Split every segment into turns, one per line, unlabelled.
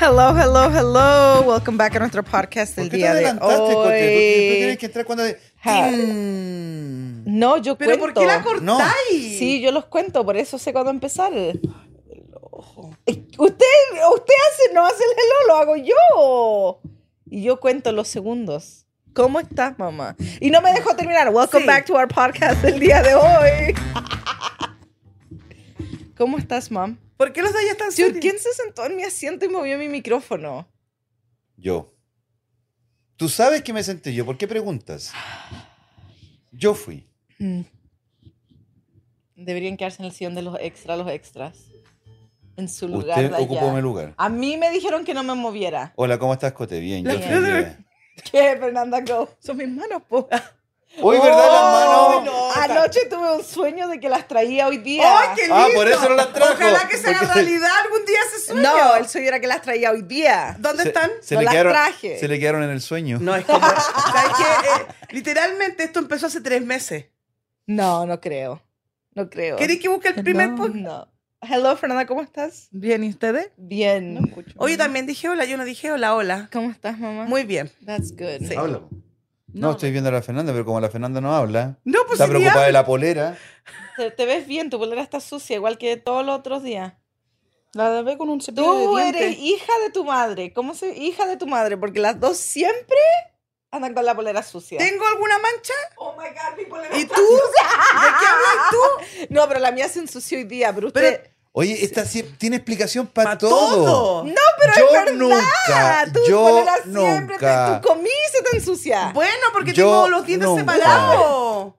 Hello, hello, hello. Welcome back a nuestro podcast del
¿Por qué te
día de
adelantaste, Cote? Tú siempre tienes
hoy.
que entrar cuando... de-
Ja.
Mm.
No, yo
Pero
cuento.
¿por qué la cortáis?
No.
Sí, yo los cuento, por eso sé cuándo empezar. El ojo. Eh, Usted, usted hace, no hace el hello, lo hago yo. Y yo cuento los segundos. ¿Cómo estás, mamá? Y no me dejó terminar. Welcome
Sí.
back to our podcast del día de hoy. ¿Cómo estás, mam?
¿Por qué los de allá están
Dude,
serios?
¿quién se sentó en mi asiento y movió mi micrófono?
Yo. Tú sabes que me senté yo. ¿Por qué preguntas? Yo fui.
Mm. Deberían quedarse en el sillón de los extras, los extras. En su lugar.
Usted
de allá.
ocupó mi lugar.
A mí me dijeron que no me moviera.
Hola, ¿cómo estás, Cote? Bien, yo
Bien.
feliz. día.
¿Qué, Fernanda Go? Son mis manos, po.
Hoy, ¿verdad,
Oh,
las manos?
no.
Anoche tuve un sueño de que las traía hoy día.
¡Ay, qué lindo!
Ah, por eso no las trajo.
Ojalá que se haga
Porque-
realidad algún día ese sueño.
No, el sueño era que las traía hoy día.
¿Dónde están?
Se,
No
le
las
quedaron,
traje.
se le quedaron en el sueño.
No, es como... ¿Sabes qué? Eh, literalmente esto empezó hace tres meses.
No, no creo. No creo.
¿Queréis que busque el primer
no,
podcast?
no. Hello, Fernanda, ¿cómo estás?
Bien, ¿y ustedes?
Bien.
Oye, también dije hola, yo no dije hola, hola.
¿Cómo estás, mamá?
Muy bien.
That's good.
Sí.
Habla. po. No, estoy viendo a la Fernanda, pero como la Fernanda no habla,
No, pues
está
sí,
preocupada
ya.
de la polera.
Te, te ves bien, tu polera está sucia, igual que todos los otros días.
La lavé con un cepillo
Tú
de
eres
dientes.
hija de tu madre. ¿Cómo se hija de tu madre? Porque las dos siempre andan con la polera sucia.
¿Tengo alguna mancha?
Oh my god, mi polera.
¿Y tú? ¿De qué hablas tú?
Ah, No, pero la mía se ensució hoy día, pero
Pero-
usted.
Oye, esta sí tiene explicación para
Pa'
todo.
No, pero
yo
es verdad.
nunca,
tu
yo
polera ah, siempre
nunca.
te, tu comida se te ensucia.
Bueno, porque
Yo
tengo los dientes
nunca.
separados.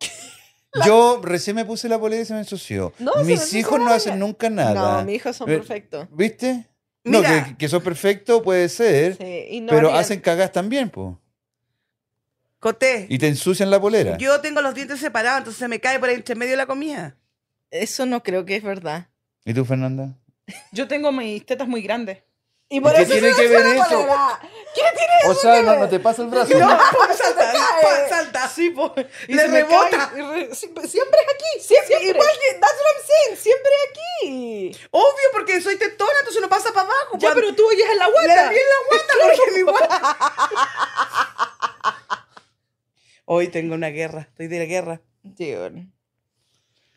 Yo recién me puse la polera y se me ensució.
No, se me
Mis
ensució
hijos no
la
hacen
mía.
nunca nada.
No, mis hijos son
Eh,
perfectos.
¿Viste?
Mira.
No, que, que sos perfecto puede ser,
Sí, y no
eh, pero
harían-
hacen cagas también, po.
Coté,
Y te ensucian la polera.
yo tengo los dientes separados, entonces se me cae por ahí entre medio de la comida.
Eso no creo que es verdad.
¿Y tú, Fernanda?
Yo tengo mis tetas muy grandes.
Y por
qué
eso se
tiene que
ensució
ver
la
eso?
polera. ¿Qué tiene
O sea, no, no te pasa el brazo.
No, pa, salta, pa, salta.
Sí, po.
Y se me cae,
siempre, siempre es aquí.
Siempre, igual que that's what I'm saying, siempre aquí.
Obvio, porque soy tetona, entonces uno pasa para abajo.
Ya,
Cuando-
pero tú oyes en la
Le
guata.
abrí en la guata porque mi guata- Hoy tengo una guerra, estoy de la guerra.
Dude.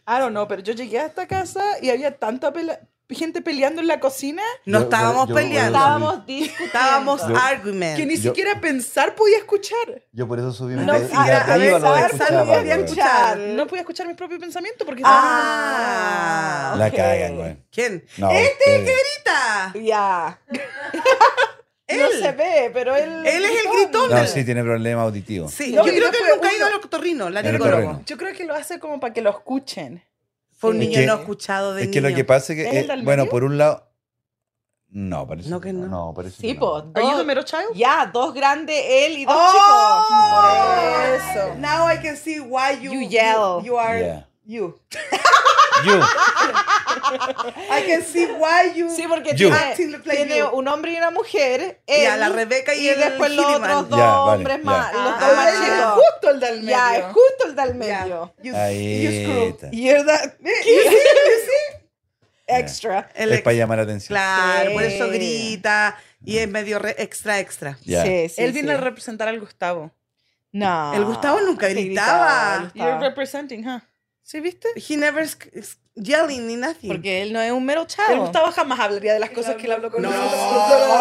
I don't know, pero yo llegué a esta casa y había tanta pela- gente peleando en la cocina
No
Yo-
estábamos
yo- yo-
peleando,
Estábamos discutiendo.
estábamos
Yo-
argument.
que ni
Yo-
siquiera pensar podía escuchar.
Yo por eso subí mi
No,
no,
sí, a- a ver, a ver,
salud,
escuchaba,
bien,
weón.
escucha- escuchar.
No podía escuchar mis propios pensamientos porque
Ah,
La
ok.
cagan, güey.
¿Quién?
No,
este es
usted.
grita.
Ya.
Él.
No se ve, pero él.
Él es el gritón.
No, sí, tiene problema auditivo.
Sí,
No,
yo
y
creo
no
que él
fue
nunca ha ido al
uno.
otorrino, la
Al otorrino.
Yo creo que lo hace como para que lo escuchen.
Fue un
Es
niño
que-
no escuchado de
Es que
niño.
lo que pasa es que,
¿Es el
eh,
del
bueno,
medio?
por un lado... No, parece
No, que no.
parece
Sí,
que
po.
no.
¿Are you the
dos-
middle child?
Ya, dos grandes, él y dos
Oh.
chicos. Por eso.
Now I can see why you
You yell.
You, you are
Yeah.
you.
You,
I can see why you.
Sí, porque
You.
tiene,
Acting like
tiene
you.
un hombre y una mujer. Él,
Ya, la Rebeca y el
después los
Gilliman.
otros dos
Ya, vale,
hombres
ya.
más. Los
Ah,
dos más
ya.
es
chicos.
justo el del medio.
Ya, es justo el del
Yeah.
medio.
You,
ahí
you screw.
está.
Y es da- Extra.
El
es para llamar la atención.
Claro, por eso
Sí.
grita y es medio re- extra, extra.
Ya.
Sí, sí,
Él viene
sí.
a representar al Gustavo.
No.
El Gustavo nunca
sí
gritaba.
gritaba,
You're
gritaba.
representing, huh? ¿Sí viste?
He never sc- sc- yelling ni nothing.
Porque él no es un mero
El
chavo.
Gustavo jamás hablaría de las cosas que él habló con
no,
nosotros.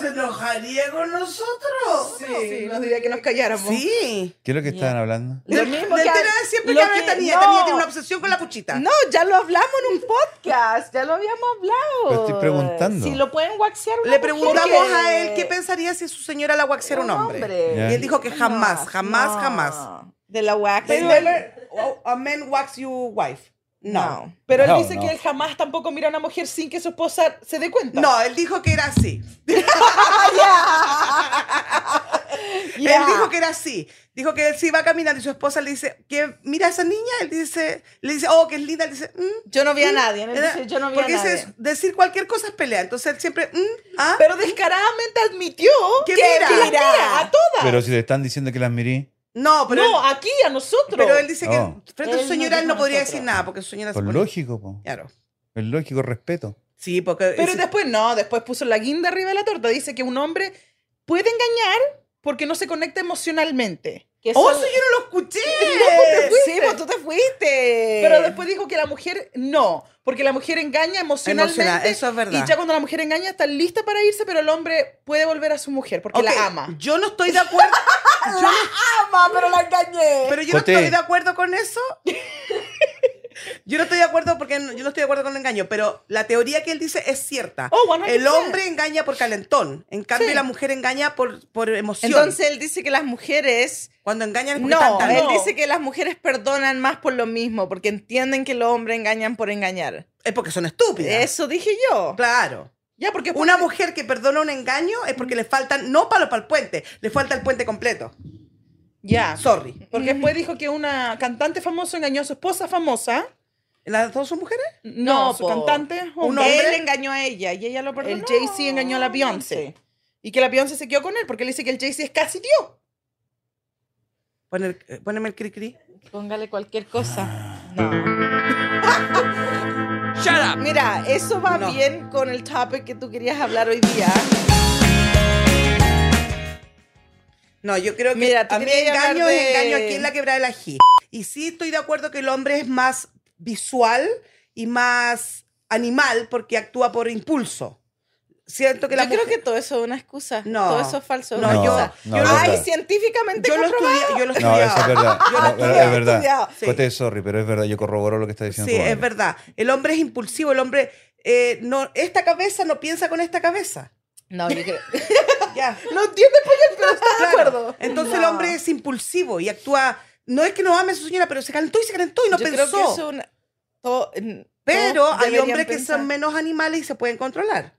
se enojaría con nosotros.
Sí, nos diría que nos calláramos.
Sí.
¿Qué es lo que estaban hablando?
Lo
Del-
mismo
del
que-
tema de siempre
lo
que habla
que-
esta niña.
no.
Esta niña tiene una obsesión con la puchita.
No, ya lo hablamos en un podcast, ya lo habíamos hablado.
Pero estoy preguntando.
Si lo pueden waxear una
Le
mujer
preguntamos
que-
a él qué pensaría si su señora la guaxiera un hombre.
Ya.
Y él dijo que jamás, jamás, jamás.
De la wax.
Pero
él,
a man wax your wife. No.
no.
Pero él
No,
dice
no.
que él jamás tampoco mira a una mujer sin que su esposa se dé cuenta.
No, él dijo que era así. Él dijo que era así. Dijo que él sí va caminando y su esposa le dice, que mira a esa niña, él dice, le dice, oh, que es linda, él dice, mm,
yo no vi a nadie, él
era-
dice, yo no vi
porque
a nadie.
dice, decir cualquier cosa es pelea, entonces él siempre, mm, ah,
Pero descaradamente admitió
¿Qué
que
mira?
que las
Mira.
mira a todas.
Pero si te están diciendo que las mirí,
no, pero,
no,
él,
aquí a nosotros.
pero él dice
No.
que frente a
Él
su señora
no
él no
dijo
podría
nosotros.
decir nada, porque su señora se
pues
pone-
lógico, po.
Claro.
Es lógico, respeto.
Sí, porque.
Pero
sí,
después no, después puso la guinda arriba de la torta. Dice que un hombre puede engañar porque no se conecta emocionalmente.
Que
¡Oh,
eso-
eso yo no lo escuché!
Sí, pues tú te fuiste.
Pero después dijo que la mujer no, porque la mujer engaña emocionalmente.
Emocional, eso es verdad.
Y ya cuando la mujer engaña está lista para irse, pero el hombre puede volver a su mujer porque
Ok,
la ama.
Yo no estoy de acuerdo. yo no-
ama, pero la engañé.
pero yo no
Coté.
estoy de acuerdo con eso. Yo no estoy de acuerdo porque no- yo no estoy de acuerdo con el engaño, pero la teoría que él dice es cierta.
Oh, 100%.
el hombre engaña por calentón, en cambio
Sí.
la mujer engaña por, por emoción.
Entonces él dice que las mujeres.
cuando engañan es porque
No,
están tan-
él
Ah, no.
dice que las mujeres perdonan más por lo mismo, porque entienden que los hombres engañan por engañar.
es porque son estúpidas.
Eso dije yo.
Claro.
Ya, porque
Una mujer que perdona un engaño es porque le faltan, no para, para el puente, le falta el puente completo.
Ya.
Sorry.
Porque después dijo que una cantante famosa engañó a su esposa famosa.
¿Las dos son mujeres?
No,
No,
su
po.
cantante es
Un
hombre.
hombre.
Él engañó a ella y ella lo perdonó.
El Jay-Z engañó a la Beyoncé. Y que la Beyoncé se quedó con él porque él dice que el Jay-Z es casi tío.
Poner, eh, poneme el cri cri.
Póngale cualquier cosa. No. Mira, eso va
No.
bien con el topic que tú querías hablar hoy día.
No, yo creo que
Mira, tú
a mí
querías
engaño
hablar
es
de-
engaño aquí en la quebrada de la G. Y sí estoy de acuerdo que el hombre es más visual y más animal porque actúa por impulso. Siento que la
yo creo
mujer-
que todo eso es una excusa.
No.
Todo eso es falso. es
No,
una
yo-
excusa.
no,
yo
no,
Ay,
no.
científicamente
yo lo
comprobado.
estudié, yo lo
No,
estudiaba.
eso es verdad.
Yo lo
No,
estudiaba,
es verdad.
estudiaba.
Sí.
Cote, sorry, pero es verdad. Yo corroboro lo que está diciendo
Sí,
tu madre.
es verdad. El hombre es impulsivo, el hombre eh, no, esta cabeza no piensa con esta cabeza.
No, yo creo.
Ya.
No entiendes,
pues,
Poyol, pero está de
Claro.
acuerdo.
Entonces
Ah, No.
el hombre es impulsivo y actúa. No es que no ame a su señora, pero se calentó y se calentó y no
yo
pensó.
creo que eso es una. todo- n-
pero
todos
hay
deberían
hombres que
pensar.
son menos animales y se pueden controlar.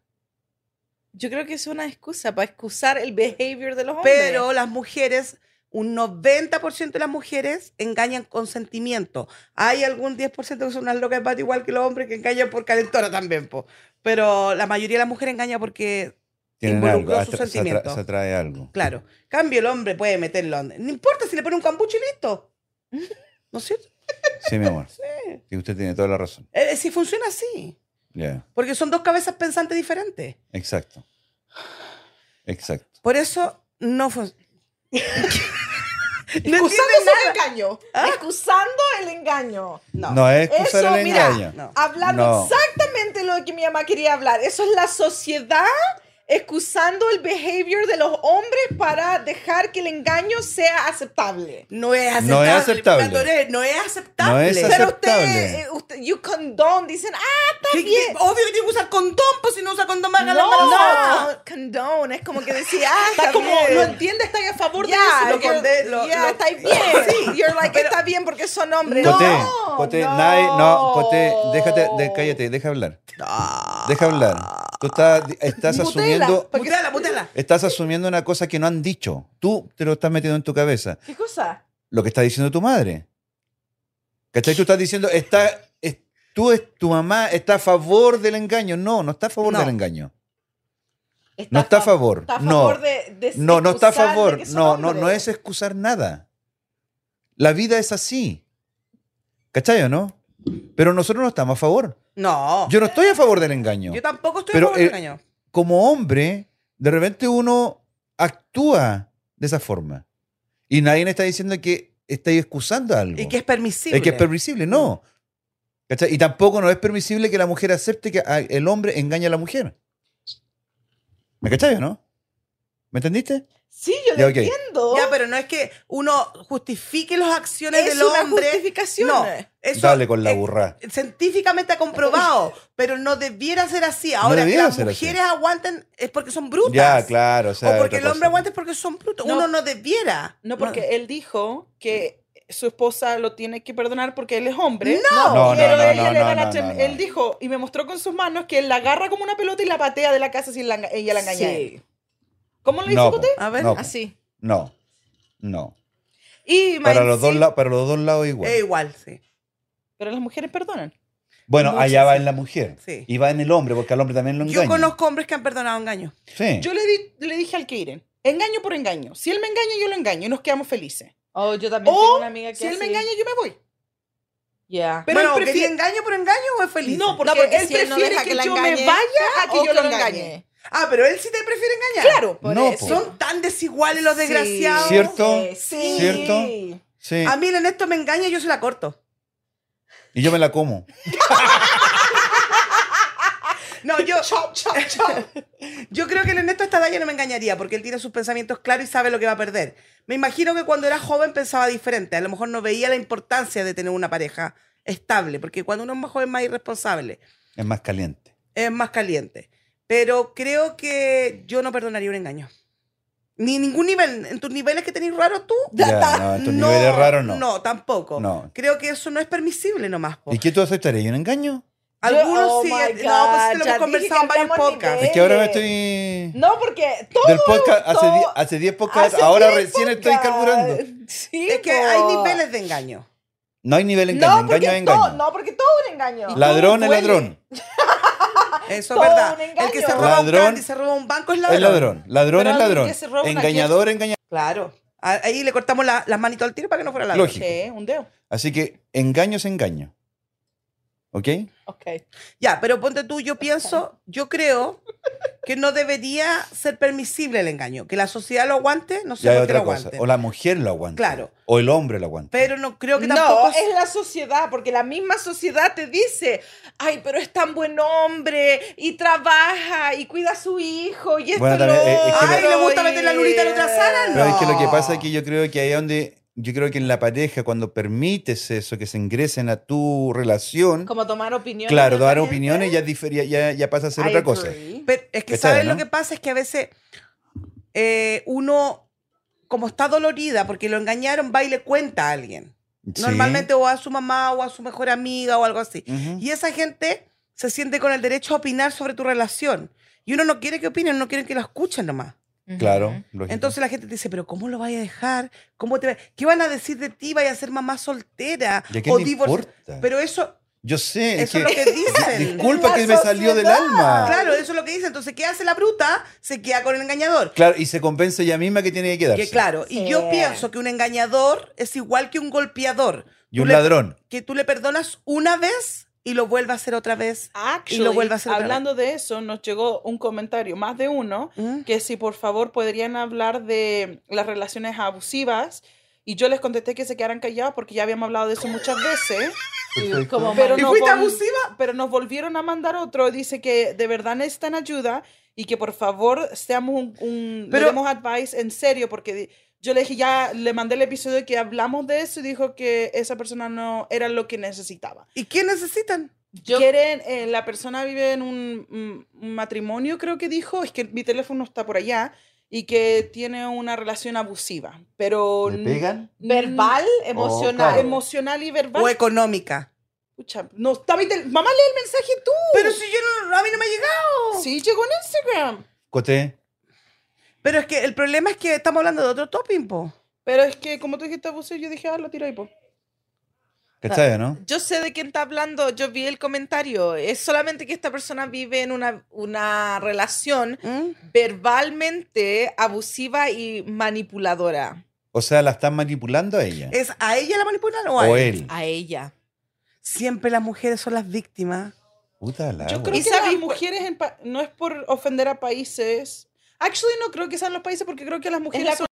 Yo creo que es una excusa para excusar el behavior de los hombres.
Pero las mujeres, un 90% de las mujeres engañan con sentimiento. Hay algún 10% que son unas locas, pero igual que los hombres que engañan por calentura también. po. Pero la mayoría de las mujeres engaña porque
Tienen algo.
involucró
atra-
sus
se, atra-
sentimientos.
se atrae algo.
Claro. Cambio, el hombre puede meterlo. donde- No importa si le pone un cambuche y listo. ¿No es cierto?
Sí, mi amor. Sí, usted tiene toda la razón.
Eh, si funciona así.
Ya,
Porque son dos cabezas pensantes diferentes.
exacto. Exacto.
Por eso no funciona.
Excusando el engaño.
¿Ah?
Excusando el engaño.
No.
No, es excusar
Eso,
el
mira,
engaño.
no.
Hablando
No.
exactamente lo que mi mamá quería hablar. Eso es la sociedad excusando el behavior de los hombres para dejar que el engaño sea aceptable.
No es aceptable.
No es aceptable.
Pilatore, No es aceptable.
No es aceptable.
Pero ustedes,
Aceptable.
eh, usted, you condone, dicen, ah, está
¿Qué- qué-
bien.
Obvio que tiene que usar condón, pues si no usa condón, haga la
No, no, condone, es como que decía, ah,
Está
está
como,
bien.
lo entiendes, está a favor
Ya,
de
lo
eso.
you're-
conde- lo-
ya,
lo-
está bien. You're like, está bien porque son hombres.
Coté,
no,
Coté,
no.
nadie- no, Coté, déjate, de- cállate, deja hablar. Deja hablar. Tú estás, estás
Mutela.
asumiendo,
Mutela, mutela.
estás asumiendo una cosa que no han dicho. Tú te lo estás metiendo en tu cabeza.
¿Qué cosa?
Lo que está diciendo tu madre. ¿Cachai? Tú estás diciendo, está, es- tú es, tu mamá está a favor del engaño. No, no está a favor
No.
del engaño. No está a
fa-
favor,
Está a
no.
favor de, de
No, no está a
excusar de
favor.
que son
No, no,
hombres.
no es excusar nada. La vida es así. ¿Cachai o no? Pero nosotros no estamos a favor.
No. Yo,
Yo no estoy a favor del engaño.
tampoco estoy
Pero,
a favor del
eh,
engaño.
Como hombre, de repente uno actúa de esa forma. Y nadie le está diciendo que estáis excusando algo.
Y que es permisible.
Es que es permisible, no. ¿Cachai? Y tampoco no es permisible que la mujer acepte que a- el hombre engañe a la mujer. ¿Me cachai o no? ¿Me entendiste?
Sí, yo
Ya,
lo
ok.
entiendo.
Ya, pero no es que uno justifique las acciones
es
del
una
hombre.
justificación.
No, eso
Dale con la
es-
burra.
científicamente ha comprobado, pero no debiera ser así. Ahora que
debiera
las
ser así.
mujeres aguanten es porque son brutas.
Ya, claro. O, sea,
o porque
otra
el hombre
cosa.
aguanta es porque son brutos.
No.
Uno no debiera.
No, porque él dijo que su esposa lo tiene que perdonar porque él es hombre.
No, no,
pero
no,
ella
no,
le
no,
da la
no,
chem-
no, no.
Él dijo y me mostró con sus manos que él la agarra como una pelota y la patea de la casa si la enga- ella la engaña. a él.
Sí.
¿Cómo lo dijo
No,
usted?
po.
A ver,
no, po.
Así.
no, no.
Y más
Para los, dos
encima-
la- para los dos lados igual.
Es igual, sí.
Pero las mujeres perdonan.
bueno,
mucho,
allá va
sí.
en la mujer.
Sí.
Y va en el hombre, porque al hombre también lo engaña.
Yo conozco hombres que han perdonado engaños.
Sí.
Yo le, di- le dije al Keiren, engaño por engaño. Si él me engaña, yo lo engaño y nos quedamos felices.
Oh, yo también
O,
tengo una amiga que
Si él me
así.
engaña, yo me voy.
Ya.
Pero
bueno,
él
¿quería
prefiere-
engaño por engaño o es feliz?
No, porque,
porque
él
si
prefiere
él no deja
que,
que la
yo me
engañe,
vaya a ah, Oh, que
O
yo lo engañe.
Ah, pero él sí te prefiere engañar.
Claro.
Por
No,
eso.
po.
Son tan desiguales los desgraciados.
Sí. ¿Cierto?
Eh, Sí.
¿Cierto? Sí.
A mí en esto me engaña y yo se la corto.
Y yo me la como.
No, yo,
Chao, chao, chao.
yo creo que el Ernesto a esta edad ya no me engañaría porque él tiene sus pensamientos claros y sabe lo que va a perder. Me imagino que cuando era joven pensaba diferente. A lo mejor no veía la importancia de tener una pareja estable porque cuando uno es más joven es más irresponsable,
Es más caliente.
es más caliente. Pero creo que yo no perdonaría un engaño. Ni ningún nivel. En tus niveles que tenés raros tú.
Ya, no, en tus niveles raros no.
No, tampoco.
No.
Creo que eso no es permisible nomás. po.
¿Y qué tú aceptarías? ¿Un engaño?
Algunos
Yo- oh
sí.
my
No, pues
God,
lo
ya dije
hemos conversado
que
en varios
hablamos
podcasts.
Es que ahora me
Eh,
estoy.
No, porque todo.
Del podcast hace
todo-
die- hace 10 podcasts,
hace
ahora
diez
recién estoy
podcasts.
carburando.
Sí,
Es que
po.
hay niveles de engaño.
No hay nivel engaño,
No,
engaño
porque
es
todo,
engaño.
no, porque todo un engaño.
ladrón es
duele.
ladrón.
Eso
Todo
es verdad.
un engaño.
El que se roba
Ladrón.
un candy, se roba un banco es ladrón.
Es ladrón. Ladrón
Pero
es
alguien
ladrón.
que se roba una
Engañador, engañador.
Claro. A- Ahí le cortamos la- las manitos al tiro para que no fuera ladrón.
Lógico.
Sí, Eh, un dedo.
Así que engaño es engaño. ¿Ok?
Ok.
Ya, pero ponte tú, yo pienso, yo creo que no debería ser permisible el engaño. Que la sociedad lo aguante, no sé
Ya es
por qué lo
otra cosa.
aguante.
O la mujer lo aguanta.
Claro.
O el hombre lo aguanta.
Pero no creo que
No,
tampoco...
es la sociedad, porque la misma sociedad te dice, ay, pero es tan buen hombre y trabaja y cuida a su hijo y esto
Bueno,
y lo
también, eh, es que
otro,
Ay, le gusta meter la lulita en otra
y-
sala,
Pero es que lo que
No.
pasa es que yo creo que ahí es donde. Yo creo que en la pareja, cuando permites eso, que se ingresen a tu relación,
Como tomar opiniones.
claro,
de
dar
otra
opiniones
gente.
ya, difería- ya, ya pasa a ser
I
otra cosa.
agree.
Pero es que,
¿Cachai,
¿sabes
no?
lo que pasa? Es que a veces eh, uno, como está dolorida porque lo engañaron, va y le cuenta a alguien.
Sí.
Normalmente o a su mamá o a su mejor amiga o algo así.
Ujú.
Y esa gente se siente con el derecho a opinar sobre tu relación. Y uno no quiere que opinen, no quiere que la escuchen nomás.
Claro, lógico.
Entonces la gente te dice, pero ¿cómo lo vas a dejar? ¿Cómo te va- ¿Qué van a decir de ti? ¿Vaya a ser mamá soltera?
¿Y a quién
¿O
le
divorci-".
importa?
Pero eso,
Yo sé, es
eso es
que-
lo que dicen.
disculpa
La
que me salió del
sociedad.
alma. Claro.
Claro, eso es lo que dicen. Entonces, ¿qué hace la bruta? Se queda con el engañador.
y se compensa ella misma que tiene que quedarse.
Que claro, y
Sí.
yo pienso que un engañador es igual que un golpeador.
Y
Tú
un
le-
ladrón.
Que tú le perdonas una vez y lo vuelve a hacer otra vez.
Actually,
Y lo vuelve a hacer otra
hablando de eso, nos llegó un comentario, más de uno,
¿Mm?
que si por favor podrían hablar de las relaciones abusivas. Y yo les contesté que se quedaran callados porque ya habíamos hablado de eso muchas veces.
Perfecto.
Como
Pero
¿Y
no
fuiste
vol-
abusiva?
Pero nos volvieron a mandar otro. Dice que de verdad necesitan ayuda y que por favor seamos un, un le
Pero-
demos advice en serio porque di- yo le dije ya le mandé el episodio que hablamos de eso y dijo que esa persona no era lo que necesitaba.
¿Y qué necesitan?
Yo-
Quieren, eh, la persona vive en un, mm, un matrimonio, creo que dijo, es que mi teléfono está por allá y que tiene una relación abusiva, pero
¿Le
n-
pegan?
n- Oh,
Verbal, emocional.
claro.
emocional y verbal.
O económica.
Pucha, no está mi tel- mamá lee el mensaje tú.
Pero si yo no, a mí no me ha llegado.
Sí, llegó en Instagram.
Coté.
Pero es que el problema es que estamos hablando de otro topping, po.
Pero es que como tú dijiste abuso, yo dije, ah, lo tiro ahí, po.
¿Cachai, no?
Yo sé de quién está hablando, yo vi el comentario. Es solamente que esta persona vive en una, una relación
¿Mm?
verbalmente abusiva y manipuladora
O sea, la están manipulando a ella.
¿Es a ella la manipulan o a
O
él?
él.
a ella.
Siempre las mujeres son las víctimas.
Puta la.
Yo
wea.
creo
¿Y
que
sabéis
las
cu-
mujeres, en pa- no es por ofender a países. Actually, no creo que sean los países porque creo que las mujeres son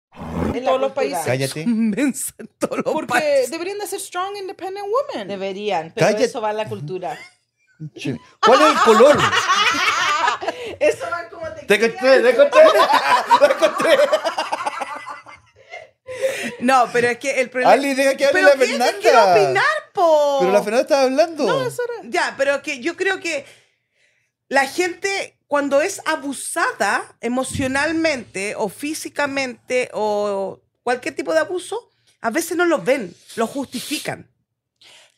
en todos los países. Eh,
Cállate.
Inmensa en todos los
Porque
países.
deberían de ser strong, independent women.
Deberían, pero
Cállate.
eso va en la cultura.
Che, ¿Cuál es el color?
Eso va como te,
Te
crían.
conté, te conté.
No, pero es que el problema.
Ali, deja que hable
Pero
la
¿quién
Fernanda.
te quiere opinar, po?
Pero la Fernanda estaba hablando.
Ya, pero que yo creo que la gente cuando es abusada emocionalmente o físicamente o cualquier tipo de abuso, a veces no lo ven, lo justifican.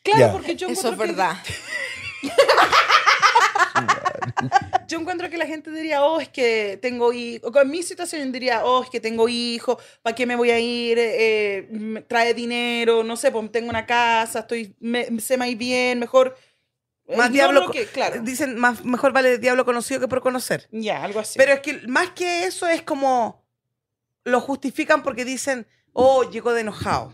Claro,
Ya.
porque yo
Eso
encuentro,
es verdad.
Que, yo encuentro que la gente diría, oh, es que tengo hijos. Con mi situación diría, oh, es que tengo hijos, ¿para qué me voy a ir? Eh, me trae dinero, no sé, pues tengo una casa, estoy, me, sé más bien, mejor. Eh,
Más
no
diablo
lo
co-
que- claro.
Dicen, más, mejor vale diablo conocido que por conocer.
Ya, algo así.
Pero es que más que eso es como lo justifican porque dicen, oh, llegó de enojado.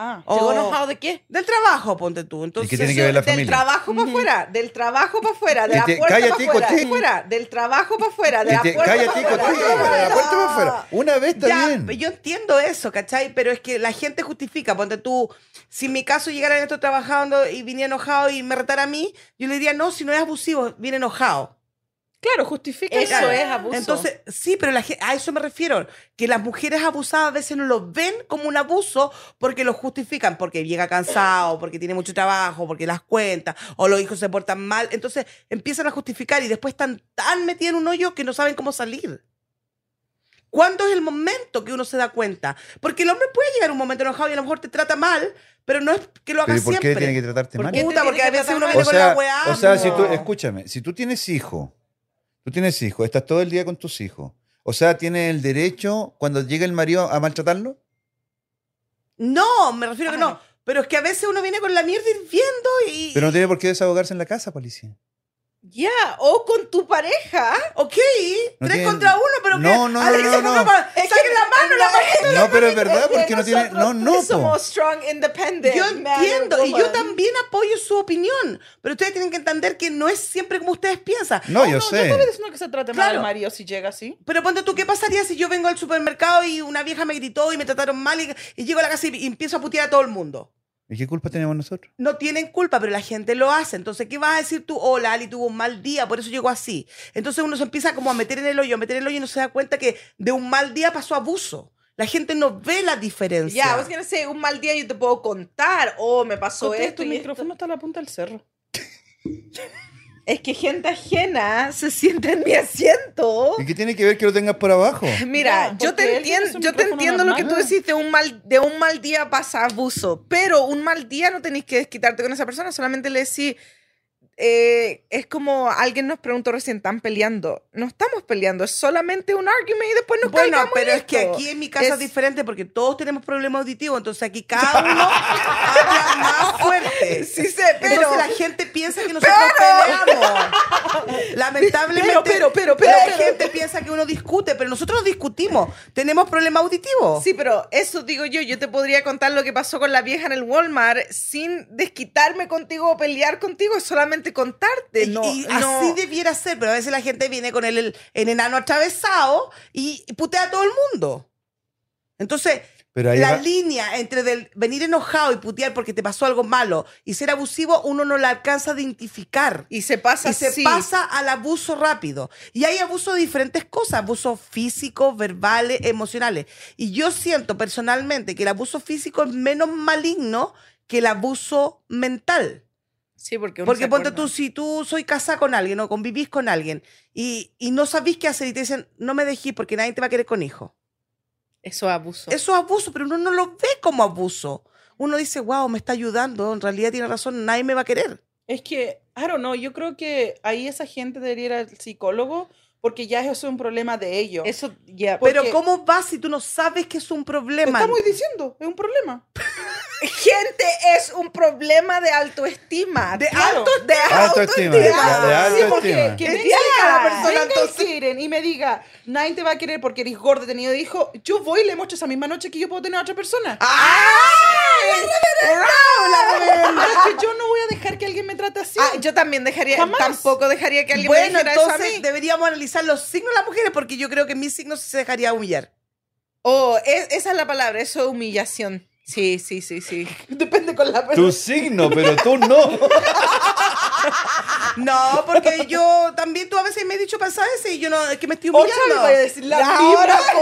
Ah.
¿Llegó
O-
enojado de qué?
Del trabajo, ponte tú. Entonces,
qué tiene que ver la
del
familia?
trabajo para afuera, del trabajo para afuera, de
Que
la
te-
puerta para
cállate,
afuera,
Coté.
fuera, del trabajo para afuera, de la
Que te-
puerta
cállate,
para
coté, para la puerta para afuera. Una vez está
Ya,
bien.
yo entiendo eso, ¿cachai? Pero es que la gente justifica. Ponte tú, si en mi caso llegaran estos trabajando y viniera enojado y me retara a mí, yo le diría, no, si no es abusivo, viene enojado.
Claro, justifica
Eso
Claro.
es abuso.
Entonces, sí, pero la gen- a eso me refiero, que las mujeres abusadas a veces no lo ven como un abuso porque lo justifican, porque llega cansado, porque tiene mucho trabajo, porque las cuentas, o los hijos se portan mal. Entonces empiezan a justificar y después están tan metidos en un hoyo que no saben cómo salir. ¿Cuándo es el momento que uno se da cuenta? Porque el hombre puede llegar a un momento enojado y a lo mejor te trata mal, pero no es que lo haga
Pero ¿y ¿por
siempre.
qué tiene que tratarte
¿Por
mal?
qué? Puta,
te
porque
tiene
a
que
veces
tratar
uno
mal?
viene
O
con la
sea,
weá.
o sea
po.
si tú,
no.
escúchame, si tú tienes hijo, tú tienes hijo, estás todo el día con tus hijos. O sea, ¿tienes el derecho cuando llega el marido a maltratarlo?
No, me refiero que
Ah,
no.
no.
Pero es que a veces uno viene con la mierda hirviendo y...
Pero no tiene por qué desahogarse en la casa, policía.
Ya, o con tu pareja.
Ah,
Ok,
No
tres
tiene-
contra uno, pero que.
No, no,
a ver,
no,
que se
no,
ponga
no.
para- saquen la mano, la mano.
No, pero es verdad,
que
porque no tiene. No,
nosotros
no, po.
Somos strong, independent.
Yo
man and
entiendo, y yo
woman.
también apoyo su opinión, pero ustedes tienen que entender que no es siempre como ustedes piensan.
No, yo
Yo
sé.
también diciendo que se trate mal
Claro.
al marido si llega así.
Pero ponte tú, ¿qué pasaría si yo vengo al supermercado y una vieja me gritó y me trataron mal y, y llego a la casa y, y empiezo a putear a todo el mundo?
¿Y qué culpa tenemos nosotros?
No tienen culpa, pero la gente lo hace. Entonces, ¿qué vas a decir tú? Oh, la Ali tuvo un mal día, por eso llegó así. Entonces uno se empieza como a meter en el hoyo, a meter en el hoyo y no se da cuenta que de un mal día pasó abuso. La gente no ve la diferencia.
Ya, vos quieres decir, un mal día yo te puedo contar. Oh, me pasó
Coté,
esto
tu
y esto.
micrófono está a la punta del cerro.
Es que gente ajena se sienta en mi asiento.
¿Y qué tiene que ver que lo tengas por abajo?
Mira,
Ya,
yo
porque
te
él tiene
entiendo,
su
yo te
micrófono
entiendo lo que tú
normal.
decís de un mal, de un mal día pasa abuso, pero un mal día no tenés que desquitarte con esa persona, solamente le decís, eh, es como alguien nos preguntó recién, ¿están peleando? No estamos peleando, es solamente un argument y después nos
Bueno,
caigamos en
pero es que
esto.
aquí en mi casa es,
Es-
diferente porque todos tenemos problemas auditivos, entonces aquí cada uno habla más fuerte.
Sí sé, pero...
Entonces la gente piensa que nosotros peleamos. Lamentablemente,
Pero, pero, pero, pero,
la
pero.
gente piensa que uno discute, pero nosotros no discutimos. Tenemos problemas auditivos.
Sí, pero eso digo yo, yo te podría contar lo que pasó con la vieja en el Walmart sin desquitarme contigo o pelear contigo, es solamente contarte.
Y-
no,
y
no.
así debiera ser, pero a veces la gente viene con el, el, el enano atravesado y putea a todo el mundo. Entonces,
Pero ahí va-
la línea entre del venir enojado y putear porque te pasó algo malo y ser abusivo, uno no la alcanza a identificar.
Y se pasa
Y se
así.
pasa al abuso rápido. Y hay abuso de diferentes cosas, abusos físicos, verbales, emocionales. Y yo siento personalmente que el abuso físico es menos maligno que el abuso mental.
Sí, porque uno
Porque
se
ponte
acuerda.
tú, si tú soy casada con alguien o convivís con alguien y, y no sabís qué hacer y te dicen, no me dejís porque nadie te va a querer con hijo.
Eso es abuso.
Eso es abuso, pero uno no lo ve como abuso. Uno dice, wow, me está ayudando, en realidad tiene razón, nadie me va a querer.
Es que, I don't know, yo creo que ahí esa gente debería ir al psicólogo porque ya eso es un problema de ellos.
Eso, ya.
Porque-
Pero ¿cómo vas si tú no sabes que es un problema?
Estamos diciendo, es un problema.
Gente es un problema de autoestima.
De
Claro.
alto-
De
Autoestima, ya, de
Ah, autoestima.
Sí, porque
autoestima.
que
Ya.
venga cada persona
Venga y
entonces Siren, y me diga, nadie te va a querer porque eres gordo, tenido hijo, yo voy y le muestro esa misma noche que yo puedo tener a otra persona.
¡Ah!
Ah,
Porque yo no voy a dejar que alguien me trate así.
Ah, yo también dejaría,
Jamás.
tampoco dejaría que alguien
Bueno,
me dijera eso a
entonces
mí.
deberíamos analizar los signos de las mujeres porque yo creo que mi signo sí se dejaría humillar.
Oh, es- esa es la palabra, eso es humillación. Sí, sí, sí, sí.
Depende con la persona.
Tu signo, pero tú no.
Ah.
No, porque yo también tú a veces me has dicho pasajes y yo no, es que me estoy
Otra vez vaya a
humillando.
decir la
Ya,
misma
ahora-
cosa.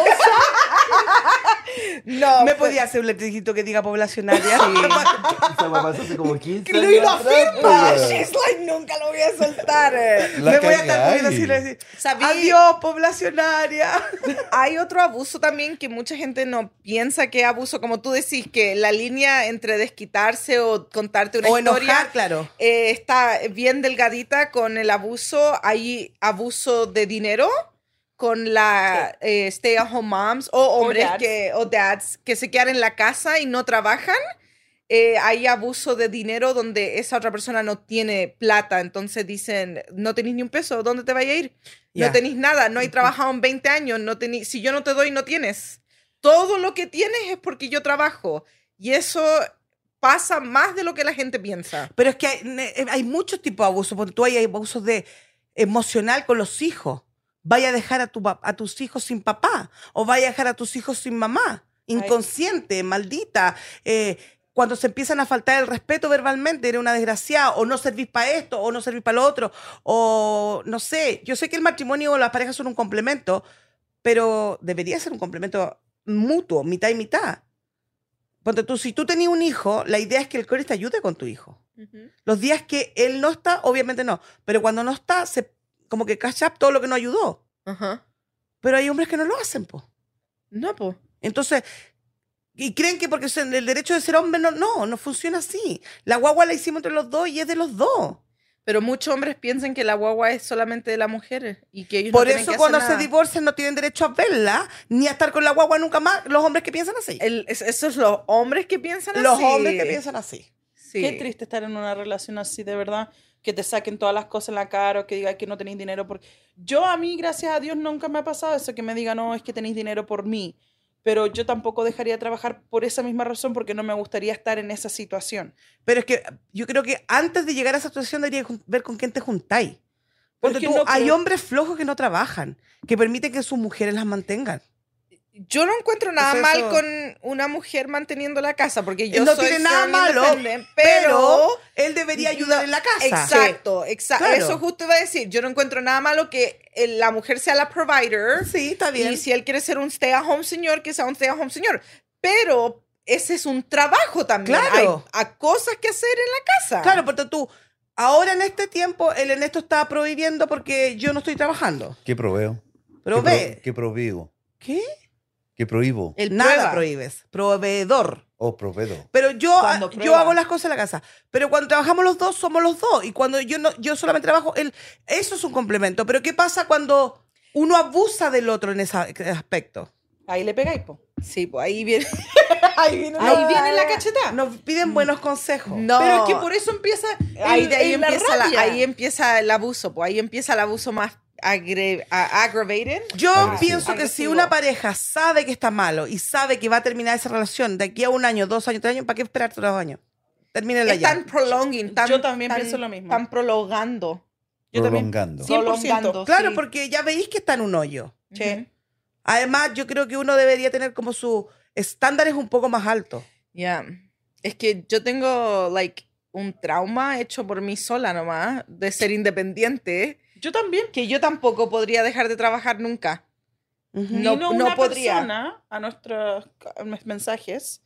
No.
Me
fue-
podía hacer un letrijito que diga poblacionaria.
Esa mamá hace como 15
Lo iba a
Ah, she's like, nunca lo voy a soltar.
La
me voy a estar
cagáis.
poniendo así, le voy a decir,
Sabí-
Adiós, poblacionaria.
Hay otro abuso también que mucha gente no piensa que es abuso, como tú decís, que la línea entre desquitarse o contarte una
O
historia
enojar, claro.
eh, está bien delgadita con el abuso. Hay abuso de dinero con la eh, stay at home moms o hombres
dads.
que o dads que se quedan en la casa y no trabajan. Eh, hay abuso de dinero donde esa otra persona no tiene plata, entonces dicen, no tenéis ni un peso, ¿dónde te vaya a ir?
Ya.
No tenéis nada, no hay trabajado en 20 años, no tení- si yo no te doy, no tienes. Todo lo que tienes es porque yo trabajo.
Y eso pasa más de lo que la gente piensa.
Pero es que hay, ne- eh, hay muchos tipos de abusos. Porque tú hay abusos de emocional con los hijos. Vaya a dejar a, tu, pa- a tus hijos sin papá. O vaya a dejar a tus hijos sin mamá. Inconsciente, maldita. eh, cuando se empiezan a faltar el respeto verbalmente, eres una desgraciada, o no servís para esto, o no servís para lo otro, o no sé. Yo sé que el matrimonio o las parejas son un complemento, pero debería ser un complemento mutuo, mitad y mitad. Ponte tú, si tú tenías un hijo, la idea es que el Coris te ayude con tu hijo. Los días que él no está, obviamente no. Pero cuando no está, se, como que catch up todo lo que no ayudó.
Ajá.
Pero hay hombres que no lo hacen, po.
No, po.
Entonces, y creen que porque se- el derecho de ser hombre no, no, no funciona así. La guagua la hicimos entre los dos y es de los dos.
Pero muchos hombres piensan que la guagua es solamente de las mujeres y que ellos no
Por
tienen
eso
que hacer
cuando se
nada.
divorcian no tienen derecho a verla, ni a estar con la guagua nunca más. Los hombres que piensan así.
El- es- esos los hombres que piensan
Los
así.
hombres que piensan así.
Sí. Qué triste estar en una relación así, de verdad. Que te saquen todas las cosas en la cara o que digan que no tenéis dinero por... Yo a mí, gracias a Dios, nunca me ha pasado eso, que me digan, no, es que tenéis dinero por mí. Pero yo tampoco dejaría de trabajar por esa misma razón porque no me gustaría estar en esa situación.
Pero es que eh, yo creo que antes de llegar a esa situación deberías jun- ver con quién te juntáis.
Pero
Porque
es que no
hay
creo-
hombres flojos que no trabajan, que permiten que sus mujeres las mantengan.
Yo no encuentro nada
Pues
mal
eso.
con una mujer manteniendo la casa, porque yo
No
soy
tiene nada
firm
malo,
independent,
Pero
pero
él debería ayudar en la casa.
Exacto, exacto.
Claro.
Eso justo iba a decir. Yo no encuentro nada malo que eh, la mujer sea la provider.
Sí, está bien.
Y si él quiere ser un stay at home señor, que sea un stay at home señor. Pero ese es un trabajo también.
Claro.
Hay, hay cosas que hacer en la casa.
Claro, porque tú, ahora en este tiempo, el Ernesto está prohibiendo porque yo no estoy trabajando.
¿Qué proveo?
Pero
¿Qué pro-
ve,
¿Qué prohíbo?
¿qué?
¿Qué prohíbo?
El
Nada
prueba.
prohíbes. Proveedor.
Oh, proveedo.
Pero yo, ah,
Cuando
yo
prueba.
hago las cosas en la casa. Pero cuando trabajamos los dos, somos los dos. Y cuando yo no, yo solamente trabajo, él, eso es un complemento. Pero ¿qué pasa cuando uno abusa del otro en ese aspecto?
Ahí le pegáis, po.
Sí, pues ahí viene. ahí viene,
Ahí viene la cachetada.
Nos piden buenos consejos.
No.
Pero es que por eso empieza
Ahí,
el-
de ahí,
el- la em
empieza la-
rabia.
ahí empieza el abuso, pues ahí empieza el abuso más agre- a- aggravated.
Yo
Agresivo.
pienso que si
Agresivo.
una pareja sabe que está malo y sabe que va a terminar esa relación de aquí a un año, dos años, tres años, ¿para qué esperar tres años? Termínenla
Es
ya.
tan prolonging, tan,
Yo también
tan-
pienso lo mismo.
Tan prolongando.
Yo también.
Prolongando.
Sí. 100%.
prolongando,
Claro,
sí.
porque ya veis que está en un hoyo.
Che.
Ujú.
Además, yo creo que uno debería tener como sus estándares un poco más altos.
Ya. Es que yo tengo, like, un trauma hecho por mí sola nomás, de ser independiente,
Yo también.
que yo tampoco podría dejar de trabajar nunca. No,
Vino
no
una
podría.
persona a nuestros ca- mensajes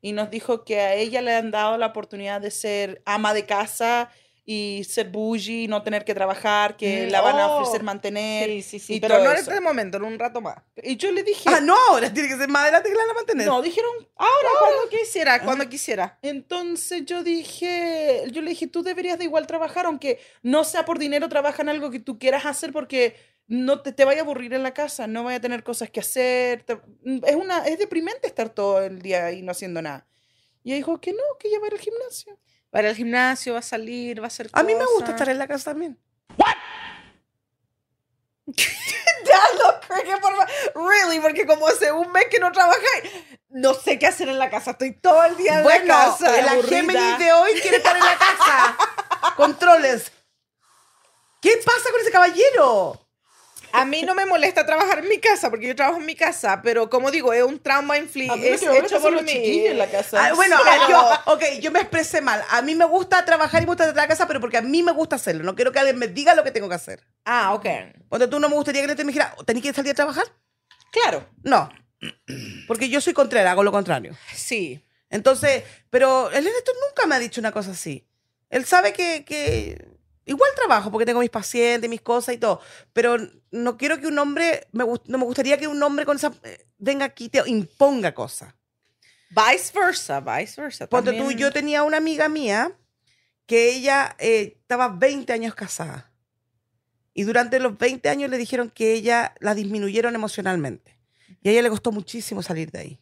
y nos dijo que a ella le han dado la oportunidad de ser ama de casa y ser bougie, no tener que trabajar, que
Mm,
la van a
oh.
ofrecer mantener.
Y
y
pero
todo
no en
eso.
este momento, en un rato más.
Y yo le dije,
Ah, no, ahora tiene que ser más adelante que la van a mantener.
no, dijeron "Ah".
Ahora, cuando quisiera, cuando quisiera.
Entonces yo dije, yo le dije, tú deberías de igual trabajar, aunque no sea por dinero, trabaja en algo que tú quieras hacer porque no te, te vaya a aburrir en la casa, no vaya a tener cosas que hacer. te- es, una, es deprimente estar todo el día ahí no haciendo nada. Y ella dijo que no, que ella va a ir al gimnasio.
Para el gimnasio, va a salir, va a hacer
A mí me gusta
cosas.
estar en la casa también.
Ya, no creo que por fa- Really, porque como hace un mes que no trabajáis, no sé qué hacer en la casa. Estoy todo el día en
bueno,
la casa.
la
aburrida.
Géminis de hoy quiere estar en la casa. Controles. ¿Qué pasa con ese caballero?
A mí no me molesta trabajar en mi casa, porque yo trabajo en mi casa, pero como digo, es un trauma infli
A mí lo
es
que me molesta
hecho por
son los
mí.
chiquillos en la casa.
Ah, bueno,
Pero-
yo, ok, yo me expresé mal. A mí me gusta trabajar y me gusta estar en la casa, pero porque a mí me gusta hacerlo. No quiero que alguien me diga lo que tengo que hacer.
Ah, ok.
Cuando tú no me gustaría que te me dijera, "Oh, ¿tenés que salir a trabajar?
Claro,
No. Porque yo soy contraria, hago lo contrario.
sí.
Entonces, pero el Ernesto nunca me ha dicho una cosa así. Él sabe que, que igual trabajo porque tengo mis pacientes, mis cosas y todo, pero no quiero que un hombre, me gust- no me gustaría que un hombre con esa, eh, venga aquí y te imponga cosas.
Vice versa, vice versa.
Ponte
también.
tú, yo tenía una amiga mía que ella eh, estaba 20 años casada. Y durante los 20 años le dijeron que ella la disminuyeron emocionalmente. Y a ella le costó muchísimo salir de ahí.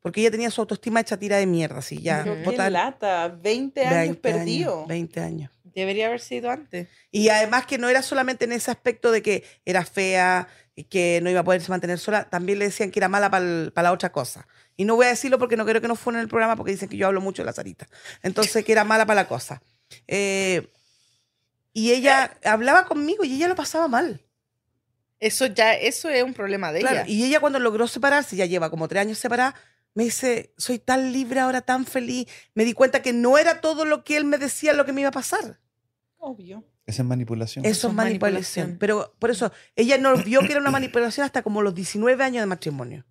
Porque ella tenía su autoestima hecha tira de mierda, así ya.
Pero
Pero
botada-
qué lata, 20 años
20
perdido.
20 años.
Debería haber sido antes.
Y además que no era solamente en ese aspecto de que era fea y que no iba a poderse mantener sola, también le decían que era mala para la otra cosa. Y Y no voy a decirlo porque no quiero que nos funen el programa porque dicen que yo hablo mucho de la Sarita. Entonces, que era mala para la cosa. Eh, y ella hablaba conmigo y ella lo pasaba mal.
Eso ya, eso es un problema de
Claro,
ella.
Y ella cuando logró separarse, ya lleva como tres años separada, me dice, soy tan libre ahora, tan feliz. Me di cuenta que no era todo lo que él me decía lo que me iba a pasar.
Obvio.
Esa es manipulación.
Eso es manipulación. Pero por eso, ella no vio que era una manipulación hasta como los 19 años de matrimonio.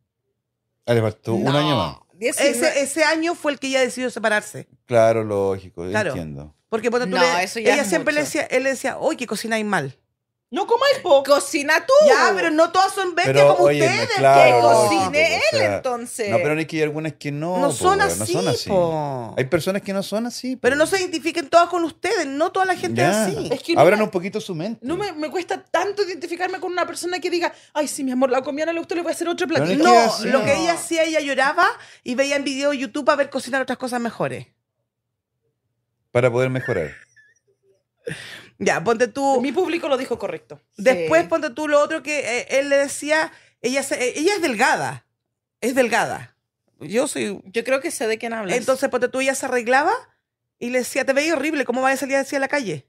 Ah, le faltó un
No,
año más.
19.
Ese, ese año fue el que ella decidió separarse.
Claro, lógico,
Claro.
entiendo.
Porque ponte tú,
No,
le-
eso ya
ella
es
siempre le
mucho.
decía, él le decía, oye, que cocináis mal.
No comáis, po.
Cocina tú.
Ya, pero no todas son bestias
Pero,
como
óyeme,
ustedes.
claro,
que
po.
lógico,
cocine
o sea,
él entonces.
No, pero no es que hay algunas que no.
este, No
po,
son
weón, no
así,
son así.
po.
Hay personas que no son así.
Pero
po.
no se identifiquen todas con ustedes, no toda la gente
Ya.
es así.
Es que no
Abran
me-
un poquito su mente.
No me, me cuesta tanto identificarme con una persona que diga, ay, sí, mi amor, la comida no le gustó, le voy a hacer otro
Pero no
este
platillo.
es que así.
No, lo que ella hacía, ella lloraba y veía en video de YouTube a ver cocinar otras cosas mejores.
Para poder mejorar.
Ya, ponte tú.
Mi público lo dijo correcto.
Después
Sí.
ponte tú lo otro que eh, él le decía, ella, se- eh, ella es delgada, es delgada. Yo soy...
Yo creo que sé de quién hablas.
Entonces ponte tú, ella se arreglaba y le decía, te veía horrible, ¿cómo vas a salir así a la calle?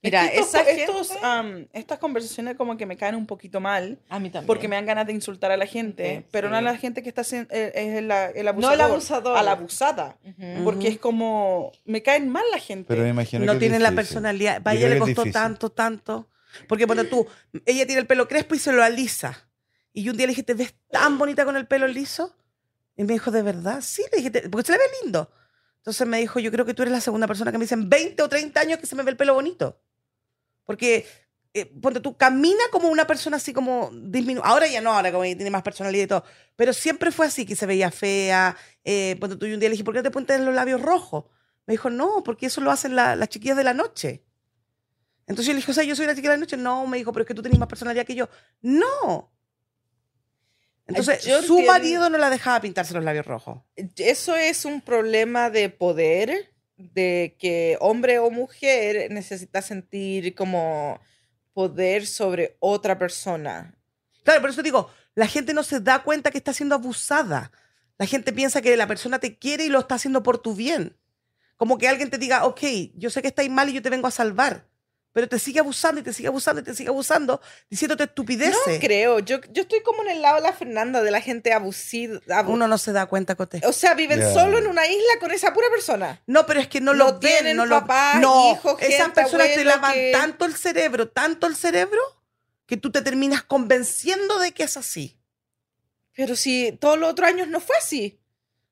Mira,
Es que estos-
esa gente-
estos, am, estas conversaciones como que me caen un poquito mal
a mí también.
porque me dan ganas de insultar a la gente,
Sí,
pero
sí.
no a la gente que está haciendo, eh, es el, el
No
abusador.
el abusador.
A la abusada.
Ujú.
Porque es como, me caen mal la gente.
Pero me imagino que
Eh, no
es
tienen la
difícil.
personalidad. Para
Yo
ella
creo
le
que es
costó
difícil.
tanto, tanto. Porque ponte tú, ella tiene el pelo crespo y se lo alisa. Y yo un día le dije, ¿te ves tan bonita con el pelo liso? Y me dijo, ¿de verdad? Sí, le dije, "Te- porque se le ve lindo. Entonces me dijo, yo creo que tú eres la segunda persona que me dicen 20 o 30 años que se me ve el pelo bonito. Porque, eh, ponte tú, camina como una persona así como disminu... Ahora ya no, ahora como que tiene más personalidad y todo. Pero siempre fue así, que se veía fea. Eh, ponte tú, y un día le dije, ¿por qué no te pones los labios rojos? Me dijo, no, porque eso lo hacen la- las chiquillas de la noche. Entonces yo le dije, o sea, yo soy la chiquilla de la noche. No, me dijo, pero es que tú tenés más personalidad que yo. No. Entonces,
Yo
su
entiendo.
marido no la dejaba pintarse los labios rojos.
Eso es un problema de poder, de que hombre o mujer necesita sentir como poder sobre otra persona.
Claro, por eso digo, la gente no se da cuenta que está siendo abusada. La gente piensa que la persona te quiere y lo está haciendo por tu bien. Como que alguien te diga, ok, yo sé que estáis mal y yo te vengo a salvar. Pero te sigue abusando y te sigue abusando y te sigue abusando, diciéndote estupideces.
No creo, yo, yo estoy como en el lado de la Fernanda, de la gente abusiva.
Uno no se da cuenta, Cote.
O sea, viven
Ya.
solo en una isla con esa pura persona.
No, pero es que no,
No
lo ven,
tienen
no lo
papá,
no,
hijo,
esas
gente,
personas te
abuelo
lavan
que-
tanto el cerebro, tanto el cerebro que tú te terminas convenciendo de que es así.
Pero si todos los otros años no fue así.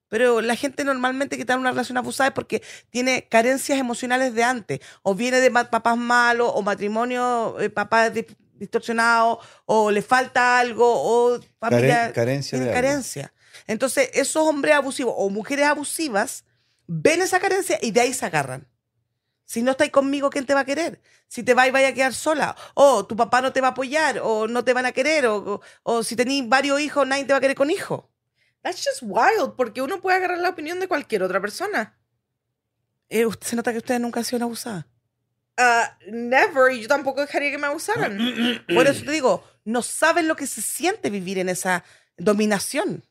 Pero la gente normalmente que está en una relación abusada es porque tiene carencias emocionales de antes, o viene de ma- papás malos, o matrimonio, eh, papás dis- distorsionados, o le falta algo, o familia
Caren- carencia
tiene
de algo.
Ah, carencia. Entonces, esos hombres abusivos o mujeres abusivas ven esa carencia y de ahí se agarran. Si no estáis conmigo, ¿quién te va a querer? Si te vas y vaya a quedar sola, o tu papá no te va a apoyar, o no te van a querer, o, o- o si tenéis varios hijos, nadie te va a querer con hijos.
That's just wild, porque uno puede agarrar la opinión de cualquier otra persona.
Eh, usted- se nota que ustedes nunca han sido abusadas.
Ah, never, y yo tampoco dejaría que me abusaran.
Por eso te digo, no saben lo que se siente vivir en esa dominación.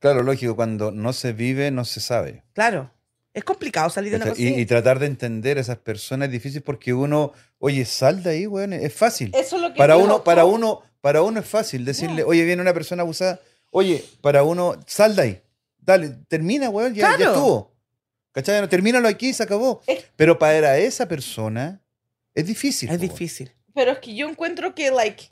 Claro, lógico, cuando no se vive, no se sabe.
Claro. Es complicado salir de una
¿cachai? Y,
cosa
y
así.
tratar de entender a esas personas es difícil porque uno, oye, sal de ahí, weón, es fácil.
Eso es lo que
Para
yo-
uno, para uno, para uno es fácil decirle, oye, viene una persona abusada, oye, para uno, sal de ahí, dale, termina, weón, ya, ya
Claro.
estuvo. ¿Cachai? No, termínalo aquí, se acabó.
Es-
Pero para esa persona es difícil.
Es
po, weón.
difícil.
Pero es que yo encuentro que, like,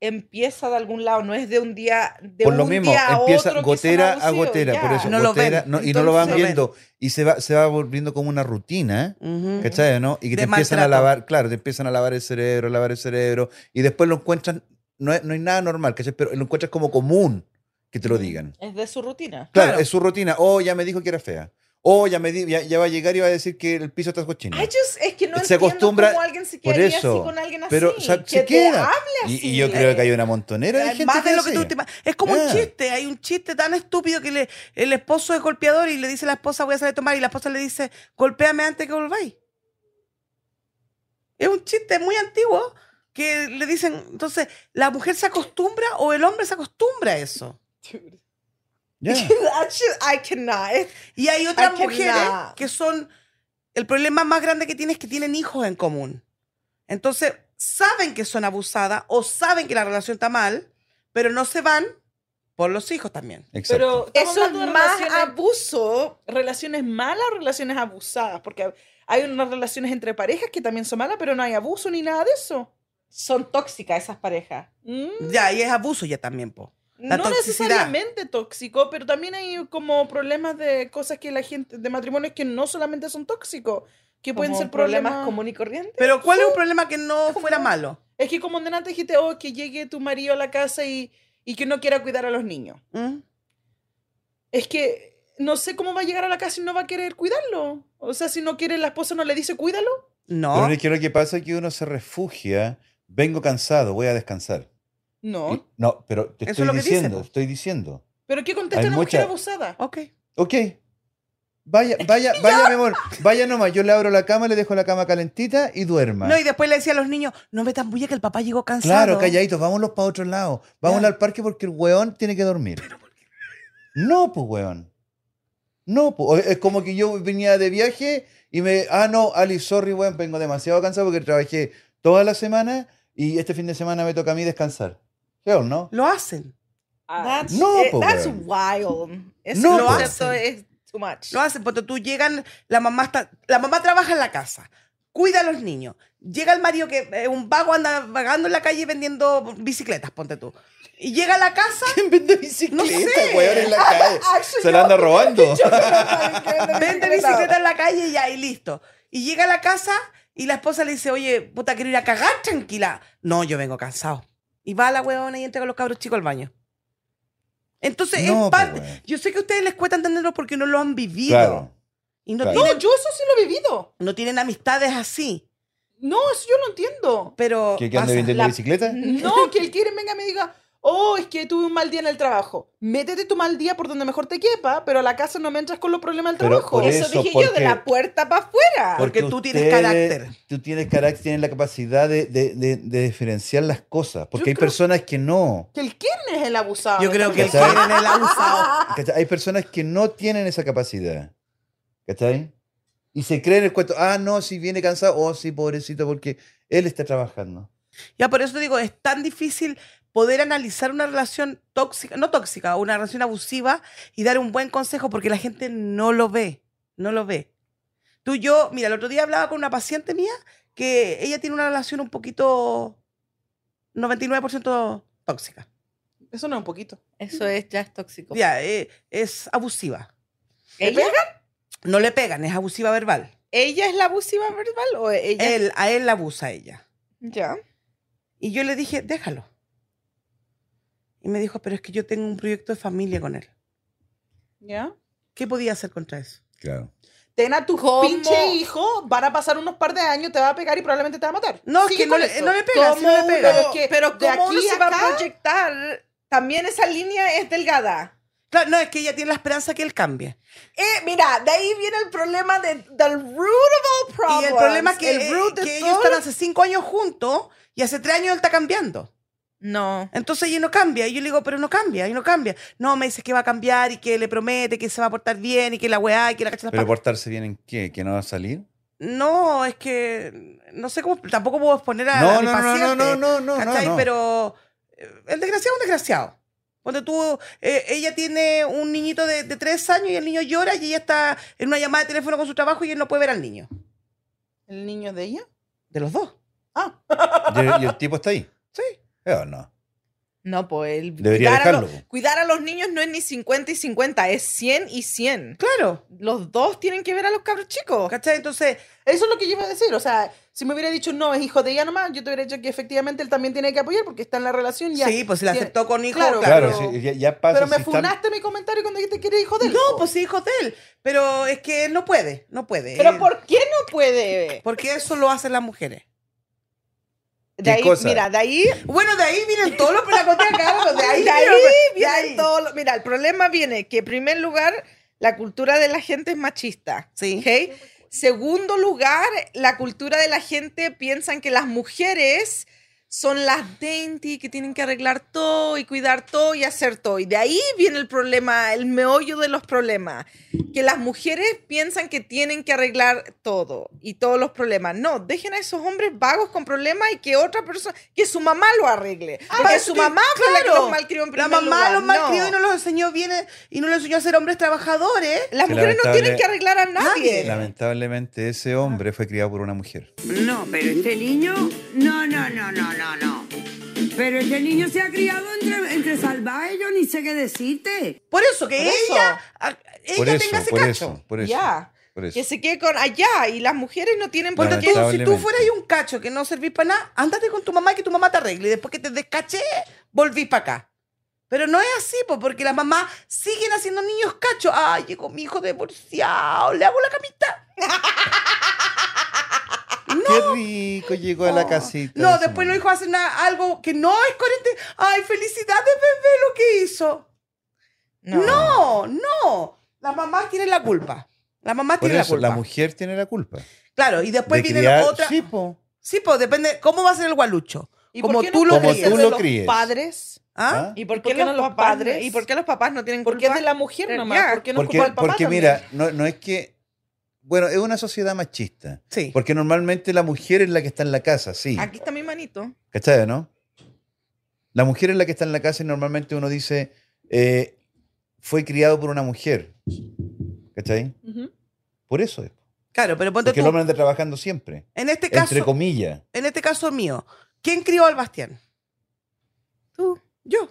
empieza de algún lado, no es de un día, de
Por lo
un
mismo,
día a
empieza
otro que
gotera
son
a
abusivos,
gotera,
ya.
por eso,
No lo
gotera,
ven,
no- y no lo van
entonces-
viendo, y se va, se va volviendo como una rutina,
Ujú.
¿Cachai, no? Y que te
De
empiezan a
maltrato.
lavar, claro, te empiezan a lavar el cerebro, lavar el cerebro, y después lo encuentran, no, es- no hay nada normal, ¿cachai? Pero lo encuentras como común que te lo digan.
Es de su rutina.
Claro,
Claro.
es su rutina. Oh, ya me dijo que era fea. Oh, ya, me di- ya, ya va a llegar y va a decir que el piso está cochino.
I just- es que no
Se
entiendo
acostumbra-
cómo alguien se
por
quedaría
eso,
así con alguien así.
Pero o sea,
que
se
te
queda.
hable
Y- Y,
así.
yo creo que hay una montonera de
Hay
gente
eh, Más de
que
lo que
hace.
tú te ima- Es como un
Ah.
chiste. Hay un chiste tan estúpido que le- el esposo es golpeador y le dice a la esposa, voy a salir a tomar. Y la esposa le dice, golpéame antes que volváis. Es un chiste muy antiguo que le dicen. Entonces, ¿la mujer se acostumbra o el hombre se acostumbra a eso?
Dude.
Ya.
That shit, I cannot. Es-
Y hay otras
Ay, qué
mujeres
bla.
que son. El problema más grande que tienen es que tienen hijos en común. Entonces, saben que son abusadas o saben que la relación está mal, pero no se van por los hijos también.
Exacto.
Pero
Eso es
estamos hablando de
más
relaciones- abuso, relaciones malas o relaciones abusadas, porque hay unas relaciones entre parejas que también son malas, pero no hay abuso ni nada de eso.
Son tóxicas esas parejas.
Mm,
Ya, y es abuso ya también, po. La
no
toxicidad.
necesariamente tóxico, pero también hay como problemas de cosas que la gente, de matrimonios que no solamente son tóxicos, que pueden
Como
ser problemas,
común y corriente.
Pero ¿cuál es un problema que no fuera malo?
Es que como antes dijiste, oh, que llegue tu marido a la casa y, y que no quiera cuidar a los niños.
¿Mm?
Es que no sé cómo va a llegar a la casa y no va a querer cuidarlo. O sea, si no quiere, la esposa no le dice, cuídalo.
No.
Pero es que lo que pasa es que uno se refugia. Vengo cansado, voy a descansar.
No.
No, pero te
Eso
estoy
es lo que
diciendo,
dicen, po.
estoy diciendo.
¿Pero qué contesta
Hay
una
mucha-
mujer abusada?
Ok.
Ok. Vaya, vaya, vaya, mi amor. Vaya nomás. Yo le abro la cama, le dejo la cama calentita y duerma.
No, y después le decía a los niños, no me tan bulla que el papá llegó cansado.
Claro, calladitos, vámonos para otro lado. Vámonos
Ya.
al parque porque el weón tiene que dormir. No, pues, weón. No, pues. Es como que yo venía de viaje y me. Ah, no, Ali, sorry, weón, vengo demasiado cansado porque trabajé toda la semana y este fin de semana me toca a mí descansar. Hell, ¿no?
Lo hacen.
That's,
Ah, No,
eh,
po,
that's
weón.
wild. Ese
No,
po.
concepto es too much.
Lo hacen, porque tú llegan, la mamá está, la mamá trabaja en la casa, cuida a los niños. Llega el marido que es un vago anda vagando en la calle vendiendo bicicletas, ponte tú. Y llega a la casa,
¿Quién vende bicicleta,
sé.
weón, en la calle?
Actually,
Se la
yo-
anda robando.
vende bicicleta en la calle y ya, y listo. Y llega a la casa y la esposa le dice, oye, puta, quiero ir a cagar tranquila. No, yo vengo cansado. Y va la huevona y entra con los cabros chicos al baño. Entonces,
No,
en
pues,
parte,
weón.
yo sé que a ustedes les cuesta entenderlo porque no lo han vivido.
Claro.
Y no,
claro.
No,
tienen,
yo eso sí lo he vivido.
no tienen amistades así.
No, eso yo no entiendo.
Pero.
¿Que, que ande
pasa.
vendiendo
La-
bicicleta?
No, que el quiere venga y me diga, oh, es que tuve un mal día en el trabajo. Métete tu mal día por donde mejor te quepa, pero a la casa no me entras con los problemas del
Pero
trabajo.
por
Eso,
Eso,
dije yo, de
porque-
la puerta para afuera.
Porque tú tienes carácter.
Tú tienes carácter, tienes la capacidad de, de- de- de diferenciar las cosas. Porque
Yo
hay
creo-
personas que no.
Que el quién es el abusado.
Yo creo que el
¿Cachai?
Karen es el abusado.
¿cachai? Hay personas que no tienen esa capacidad. ¿Cachai? Y se creen el cuento. Ah, no, si viene cansado. Oh, sí, pobrecito, porque él está trabajando.
Ya por eso te digo, es tan difícil poder analizar una relación tóxica, no tóxica, una relación abusiva y dar un buen consejo porque la gente no lo ve, no lo ve. Tú y yo, mira, el otro día hablaba con una paciente mía que ella tiene una relación un poquito 99% tóxica.
Eso no es un poquito.
Eso es, ya es tóxico.
Ya, eh, es abusiva.
¿Ella,
No le pegan, es abusiva verbal.
¿Ella es la abusiva verbal o e-? ella?
Él, a él la abusa ella.
Ya.
Y yo le dije, déjalo. Y me dijo, pero es que yo tengo un proyecto de familia con él.
¿Ya?
¿Qué podía hacer contra eso?
Claro.
Ten a tus
¿Cómo?
pinche hijos, van a pasar unos par de años, te va a pegar y probablemente te va a matar.
No, es
Sigue
que no
con
le,
eso.
no le pega, sí no
¿Cómo
le
Pero
pega.
uno- es que de
¿cómo uno
aquí
se
a
va
acá-
a proyectar?
También esa línea es delgada.
Claro, no, es que ella tiene la esperanza que él cambie.
Eh, mira, de ahí viene el problema de, del root of all problems.
Y el problema es que, eh,
El root de
que
todo-
ellos están hace cinco años juntos y hace tres años él está cambiando.
No.
Entonces ella no cambia. Y yo le digo, pero no cambia, y no cambia. No, me dice que va a cambiar y que le promete que se va a portar bien y que la weá y que la cacha las
Pero
patas.
portarse bien en qué? ¿Que no va a salir?
No, es que no sé cómo, tampoco puedo exponer a, a
No,
mi
no, no,
paciente.
no, no, no, no, no,
¿cachai?
no.
Pero eh, el desgraciado es un desgraciado. Cuando tú, eh, ella tiene un niñito de, de tres años y el niño llora y ella está en una llamada de teléfono con su trabajo y él no puede ver al niño.
¿El niño de ella?
De los dos.
Y el- ¿Y el tipo está ahí?
Sí.
Eh, no.
No, pues el
Debería
cuidar, a
dejarlo.
los,
po.
cuidar a los niños no es ni 50 y 50, es 100 y 100.
Claro.
Los dos tienen que ver a los cabros chicos.
¿Cachai? Entonces,
Eso es lo que yo iba a decir. O sea, si me hubiera dicho no, es hijo de ella nomás, yo te hubiera dicho que efectivamente él también tiene que apoyar porque está en la relación ya.
sí, pues se la
Tiene-
aceptó con hijo.
Claro,
Claro,
pero-
sí, ya, ya pasa.
Pero me
si están-
funaste mi comentario cuando dijiste que eres hijo de él.
No,
po.
pues sí, hijos de él. Pero es que él no puede, no puede.
Pero
Él-
¿por qué no puede?
Porque eso lo hacen las mujeres.
De
¿Qué
ahí,
cosa?
mira, de ahí,
Bueno, de ahí vienen todos los la conté acá, pues, de ahí,
de ahí
vienen- de
viene
ahí.
todo lo- Mira, el problema viene que en primer lugar la cultura de la gente es machista.
Sí.
¿ok? Segundo lugar, la cultura de la gente piensan que las mujeres son las dainty que tienen que arreglar todo y cuidar todo y hacer todo. Y de ahí viene el problema, el meollo de los problemas. Que las mujeres piensan que tienen que arreglar todo y todos los problemas. No, dejen a esos hombres vagos con problemas y que otra persona, que su mamá lo arregle. porque
para
su
eso te-
mamá fue la que
claro,
los malcrió en
La
primer
mamá
lugar.
los malcrió
No.
y no los enseñó bien eh, y no los enseñó a ser hombres trabajadores.
Las
Que
mujeres no tienen
lamentable-
que arreglar a nadie.
Lamentablemente ese hombre fue criado por una mujer.
No, pero este niño, no, no, no, no, no, no. Pero este niño se ha criado entre, entre salvajes, yo ni sé qué decirte.
Por eso, que
Por eso.
ella, a- ella
Por
tenga
eso,
ese
por
cacho.
eso, por eso.
Ya.
Por eso.
Que se quede con allá y las mujeres no tienen por qué.
Porque tú, si tú
Lamentablemente.
fueras un cacho que no servís para nada, ándate con tu mamá y que tu mamá te arregle. Y después que te descaché, volvís para acá. Pero no es así, po, porque las mamás siguen haciendo niños cachos. Ay, llegó mi hijo divorciado, le hago la camita.
Qué rico llegó a la casita. de
No,
su
después
mamá.
los hijos hacen una- algo que no es coherente. Ay, felicidades, bebé, lo que hizo. No, no. Las mamás tienen la culpa. Las mamás
Por
tienen
eso,
la
la,
culpa.
mujer tiene la culpa.
claro, y
de
después vienen
criar-
otras.
Sí,
Sí,
po.
pues depende. ¿Cómo va a ser el gualucho?
¿Y por
Como
qué no
tú lo
Como
críes.
tú lo
los
críes.
padres?
¿Ah?
¿Ah?
¿Y por
¿Por
qué,
qué no
los
los
papás?
padres?
¿Y por qué los papás no tienen
Porque
culpa?
es de la mujer
Eh,
nomás.
ya.
¿Por qué no es
Porque,
culpa del papá
porque
también?
mira, no, no es que... Bueno, es una sociedad machista.
Sí.
Porque normalmente la mujer es la que está en la casa, sí.
Ah,
Aquí está mi manito.
¿Cachai, no? La mujer es la que está en la casa y normalmente uno dice, eh, fue criado por una mujer. ¿Cachai? Por eso es.
Claro, pero ponte
Porque el
tú.
hombre anda trabajando siempre.
En este
Entre
caso,
comillas.
en este caso mío, ¿quién crió al Bastián? Tú, yo.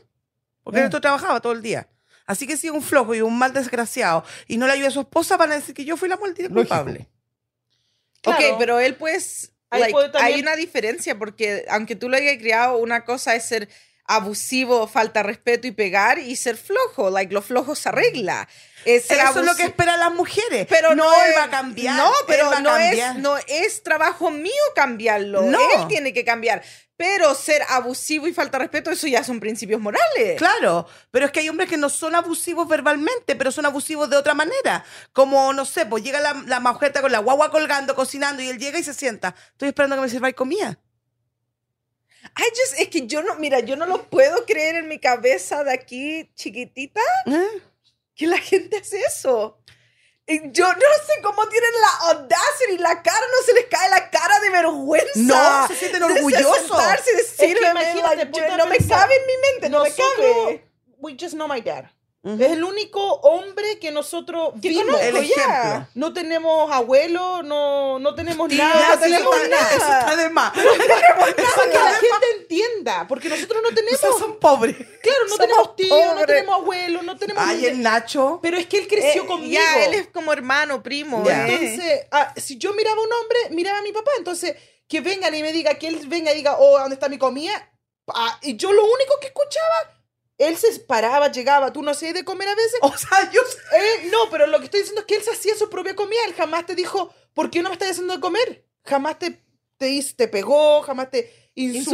Porque
Ah.
yo trabajaba todo el día. Así que si es un flojo y un mal desgraciado y no le ayuda a su esposa, van a decir que yo fui la maldita
Lógico.
culpable.
Ok, Claro.
pero
pero él pues...
Ahí
like,
puede también-
Hay una diferencia porque aunque tú lo hayas criado, una cosa es ser abusivo, falta de respeto y pegar y ser flojo. Like, los flojos se arregla. Es ser
Eso es lo
abusi-
que esperan las mujeres.
pero
no,
no,
él
es-
va a cambiar.
No,
él
pero
va a
no,
cambiar.
es, no es trabajo mío cambiarlo.
No.
Él tiene que cambiar. Pero ser abusivo y falta de respeto, eso ya son principios morales.
Eh, Claro, pero es que hay hombres que no son abusivos verbalmente, pero son abusivos de otra manera. Como, no sé, pues llega la, la maujeta con la guagua colgando, cocinando, y él llega y se sienta. Estoy esperando que me sirváis comida.
I just- es que yo no, mira, yo no lo puedo creer en mi cabeza de aquí chiquitita
¿Eh?
que la gente hace eso. Y Yo no sé cómo tienen la audacia y la cara, no se les cae la cara de vergüenza.
No, se sienten
De
orgullosos.
sentarse y
que
decirme,
imagínate,
like, yo-
ponte a
no me
pensar.
cabe en mi mente, no me cabe.
We just know my dad.
Ujú.
Es el único hombre que nosotros
Que
vimos. pues,
conozco
El
ya.
ejemplo.
No tenemos abuelo, no, no tenemos
Sí, ya,
nada. No
sí, eso
tenemos
está-
nada.
Eso está de más.
Para que la gente entienda, porque nosotros no tenemos,
Esas son pobres.
claro, no
somos
tenemos tío, no
pobres.
tenemos abuelo, no tenemos...
Ay, el Nacho.
Pero es que él creció
Eh,
conmigo.
Ya, él es como hermano, primo.
Ya.
Entonces,
Entonces, ah, si yo miraba a un hombre, miraba a mi papá. Entonces, que vengan y me diga, que él venga y diga, oh, ¿dónde está mi comida? Ah, y yo lo único que escuchaba, él se paraba, llegaba, tú no hacías de comer a veces.
O sea, yo.
Él- no, pero lo que estoy diciendo es que él se hacía su propia comida. Él jamás te dijo, ¿por qué no me estás haciendo de comer? Jamás te, te, hizo- te pegó, jamás te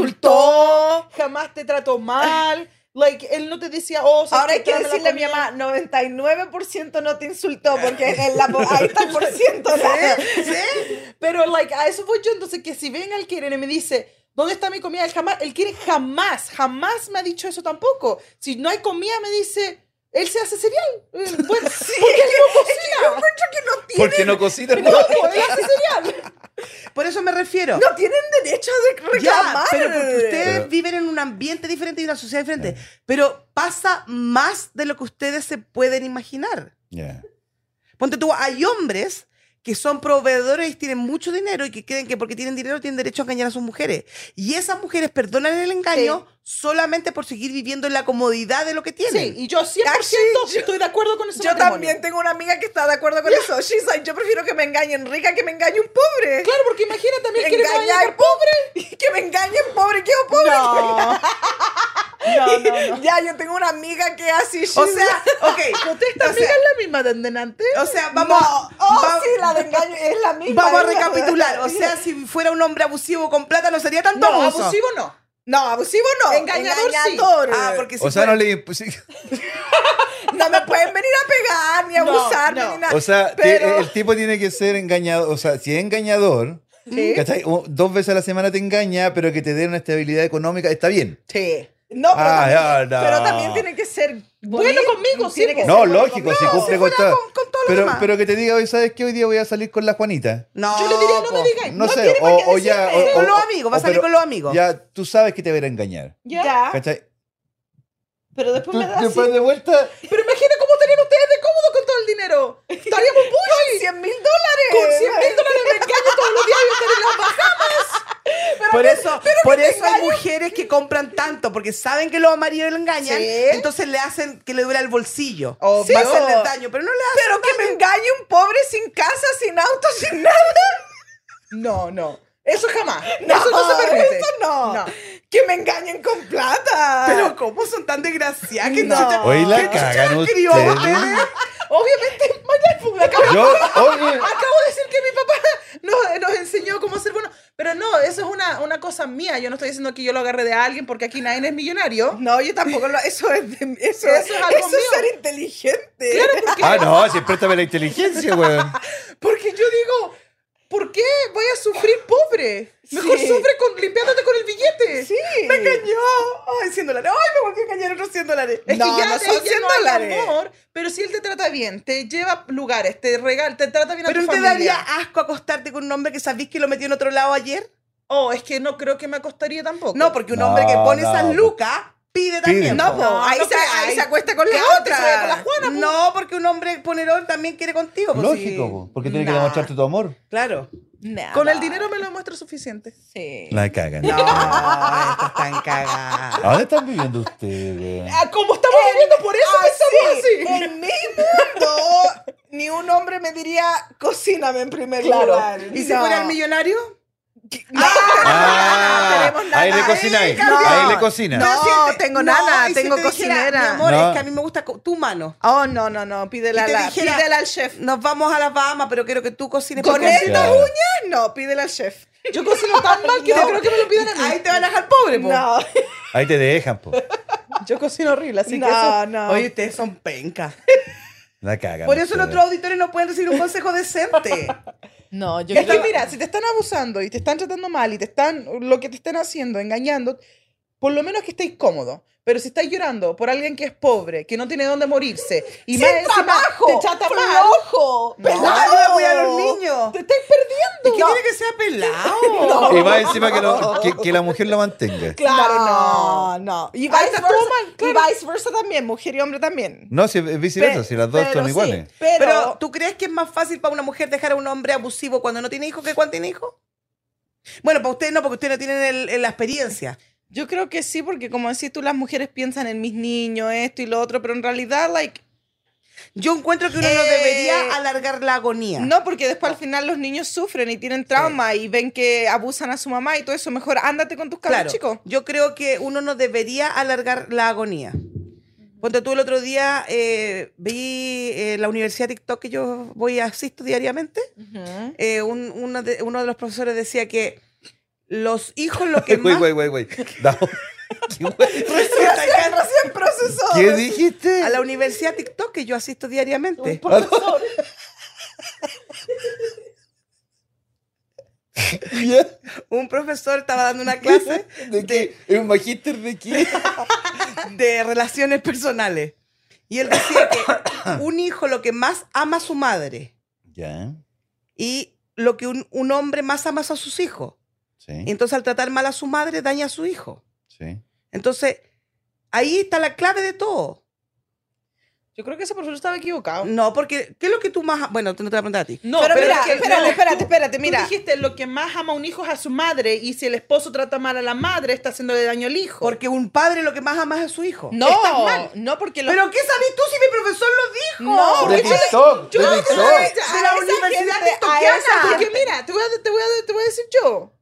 insultó, jamás te trató mal. Like, él no te decía, oh, ¿sabes
Ahora
qué?
hay que
Tráeme la
decirle a mi
comida.
mamá, 99% no te insultó, porque en la, po- ahí está el por ciento. ¿no?
Pero, like, a eso voy yo. Entonces, que si ven al Kieran y me dice, ¿dónde está mi comida? Él jamás, él quiere jamás, jamás me ha dicho eso tampoco. Si no hay comida, me dice, él se hace cereal. Eh, Bueno, porque él no cocina.
Porque no cocina.
No, él hace cereal.
Por eso me refiero.
No tienen derecho de
Ya,
reclamar.
pero porque ustedes
Pero-
viven en un ambiente diferente y una sociedad diferente. Pero pasa más de lo que ustedes se pueden imaginar.
Ya.
Ponte tú, hay hombres que son proveedores y tienen mucho dinero y que creen que porque tienen dinero tienen derecho a engañar a sus mujeres. Y esas mujeres perdonan el engaño solamente por seguir viviendo en la comodidad de lo que tienen.
Sí, y yo 100% estoy de acuerdo con eso.
Yo también tengo una amiga que está de acuerdo con eso. She's like, yo prefiero que me engañen rica que me engañe un pobre.
Claro, porque imagínate también que eres
Engañar pobre. Que me engañen pobre. ¿Qué pobre?
No. No, no, no.
Ya, yo tengo una amiga que así.
o sea, ok.
Contesta,
O sea-
amiga, es la misma de andenante.
O sea, vamos,
oh,
va-
sí, la de engaño es la misma.
vamos a
es la-
recapitular. O sea, si fuera un hombre abusivo con plata no sería tanto
No,
abuso.
abusivo no.
no, abusivo no.
Engañador sí.
Engañador.
Ah, porque si
O sea,
fuera-
no le... pues, sí.
No me pueden venir a pegar, ni a
No,
abusarme,
no.
ni nada.
O sea, ti-
Pero-
el tipo tiene que ser engañador. O sea, si es engañador,
Sí.
¿Cachai? O Dos veces a la semana te engaña, pero que te den una estabilidad económica, está bien.
Sí. No, pero,
Ah,
también,
ya, no.
pero también tiene que ser
Bueno
bonito,
conmigo, sí, pues.
tiene que ser
po.
No,
bueno
lógico, si
conmigo.
cumple con
fuera
todo.
con- con todo lo
Pero,
demás.
pero que te diga, hoy ¿sabes qué? Hoy día voy a salir con la Juanita.
No,
Yo le diría, no me
po.
digáis.
No, sé,
tiene por
o,
qué
o ya.
decirme.
o-
Con
o-
los amigos, va a
o
salir
pero
con los amigos.
Ya tú sabes que te van a engañar.
Ya.
¿Cachai?
Pero después me da así
Después de vuelta,
Pero imagina cómo estarían ustedes de cómodo con todo el dinero. Estaríamos Bushi.
100 mil dólares.
Con 100 mil dólares me engaño todos los días y ustedes las
por eso, por eso hay mujeres que compran tanto, porque saben que los maridos le engañan,
Sí.
entonces le hacen que le duela el bolsillo.
Obvio.
Va a hacerle daño, pero no le hacen
Pero que me engañe un pobre sin casa, sin auto, sin nada.
No, no. Eso jamás. eso no se permite.
eso no. Que me engañen con plata.
Pero cómo son tan desgraciadas que
No.
chucha-
hoy
¿qué
la
chucha
cagan
las crió a
ustedes.
Obviamente, Mayra, pues, acabo,
Yo, oye,
acabo de decir que mi papá nos, nos enseñó cómo ser bueno. Pero no, eso es una, una cosa mía. Yo no estoy diciendo que yo lo agarré de alguien porque aquí nadie es millonario.
No, yo tampoco lo. Eso es, de- eso,
Eso es algo
eso es
mío.
ser inteligente.
Claro, porque,
Ah, no, si préstame la inteligencia, weón.
Pues
porque yo digo, ¿por qué voy a sufrir pobre? Mejor
Sí.
sufre con, limpiándote con el billete.
Sí.
Me engañó. Ay, 100 dólares. Ay, me volvió a engañar otros 100 dólares.
Es
No,
que ya
no
de
son
ella
100
no hay
dólares.
amor, pero si él te trata bien, te lleva a lugares, te regala, te trata bien a
Pero
tu
¿no te
familia.
daría asco acostarte con un hombre que sabís que lo metió en otro lado ayer?
Oh, es que no creo que me acostaría tampoco.
No, porque un
No,
hombre que pone
no,
esas
pues.
lucas
Pide.
pide también.
No,
po.
po, ahí,
no
se,
creo.
ahí se acuesta con la
Claro, te
otra.
sube con la Juana, po. No, porque un hombre ponerón también quiere contigo. pues,
Lógico,
sí.
po, porque tiene que
Nah.
demostrarte tu amor.
Claro. Ah.
Nada.
Con el dinero me lo muestro suficiente.
Sí.
La cagan.
No, estas están cagadas.
¿A dónde están viviendo ustedes, weón?
Ah,
como estamos viviendo, por eso pensamos
Así,
así.
En mi mundo, ni un hombre me diría, cocíname en primer
Claro.
lugar.
¿Y si fuera el
millón
millonario?
Ah,
tenemos nada.
ahí le
Ahí
cocináis.
cambió.
Ahí le cocina.
No, tengo nana,
y
tengo
te dijera,
cocinera.
Mi amor,
No.
es que a mí me gusta co- tu mano.
Oh, no, no, no. Pídela,
Y
a
te
la-
dijera-
pídela al chef.
Nos vamos a las Bahamas, pero quiero que tú cocines.
Con
porque-
estas
Claro.
uñas, no. Pídela al chef.
Yo cocino tan mal que no,
No.
creo que me lo pidan a mí.
Ahí te van a dejar pobre, po.
No.
Ahí te dejan, po.
Yo cocino horrible, así que
No,
eso...
no.
Oye, ustedes son pencas.
La cagan.
Por eso
Este.
ustedes.
nuestros auditores no pueden recibir un consejo decente.
No, yo
Es que mira, si te están abusando y te están tratando mal y te están, lo que te están haciendo, engañando, por lo menos que estéis cómodos. Pero si estáis llorando por alguien que es pobre, que no tiene dónde morirse, y
Sin
más encima
trabajo,
te trata mal,
flojo, pelado.
Ayuda a cuidar a los niños.
te estáis perdiendo.
Es que tiene que ser pelado.
Y más encima que, lo- que- que la mujer lo mantenga.
Claro,
No.
no, no. Y
Ahí
vice,
está
versa,
todo mal, claro.
y vice versa también, mujer y hombre también.
No, si es viceversa,
Pe-
si las dos
pero
son
sí,
iguales.
pero,
Pero, ¿tú crees que es más fácil para una mujer dejar a un hombre abusivo cuando no tiene hijos que cuando tiene hijos? Bueno, para ustedes no, porque ustedes no tienen el- el- la experiencia.
Yo creo que sí, porque como decís tú, las mujeres piensan en mis niños, esto y lo otro, pero en realidad, like,
Yo encuentro que uno no
Eh,
debería alargar la agonía.
no, porque después al final los niños sufren y tienen trauma y ven que abusan a su mamá y todo eso. Mejor ándate con tus cabros,
claro.
chicos.
Yo creo que uno no debería alargar la agonía. Cuando tú el otro día eh, vi eh, la universidad TikTok que yo voy a asisto diariamente, eh, un- uno, de, uno de los profesores decía que los hijos lo que
Güey,
más...
güey, güey, güey. No. ¿Qué, güey?
Recién, recién procesó.
¿Qué dijiste?
A la universidad TikTok que yo asisto diariamente.
¿Ya?
Un profesor estaba dando una clase
¿De qué? ¿Es un magíster de qué?
de relaciones personales. Y él decía que un hijo lo que más ama a su madre
Ya.
y lo que un, un hombre más ama es a sus hijos. Y
Sí.
entonces al tratar mal a su madre daña a su hijo.
Sí.
Entonces ahí está la clave de todo.
Yo creo que ese profesor estaba equivocado.
No, porque ¿qué es lo que tú más... Bueno, tú no te voy a preguntar a ti.
No,
pero,
pero
mira,
es que-
espérate,
no,
espérate,
tú-
espérate,
Tú
mira.
dijiste lo que más ama un hijo es a su madre y si el esposo trata mal a la madre está haciéndole daño al hijo.
Porque un padre lo que más ama es a su hijo.
Estás
No,
mal.
no porque los
¿Pero qué sabes tú si mi profesor lo dijo?
No,
De
porque yo-
TikTok. De
yo- "Ah,
TikTok.
a
de la
esa
universidad
gente,
tiktokiana,
a esa
Porque
gente-
mira, te voy, a, te, voy a, te voy a decir yo.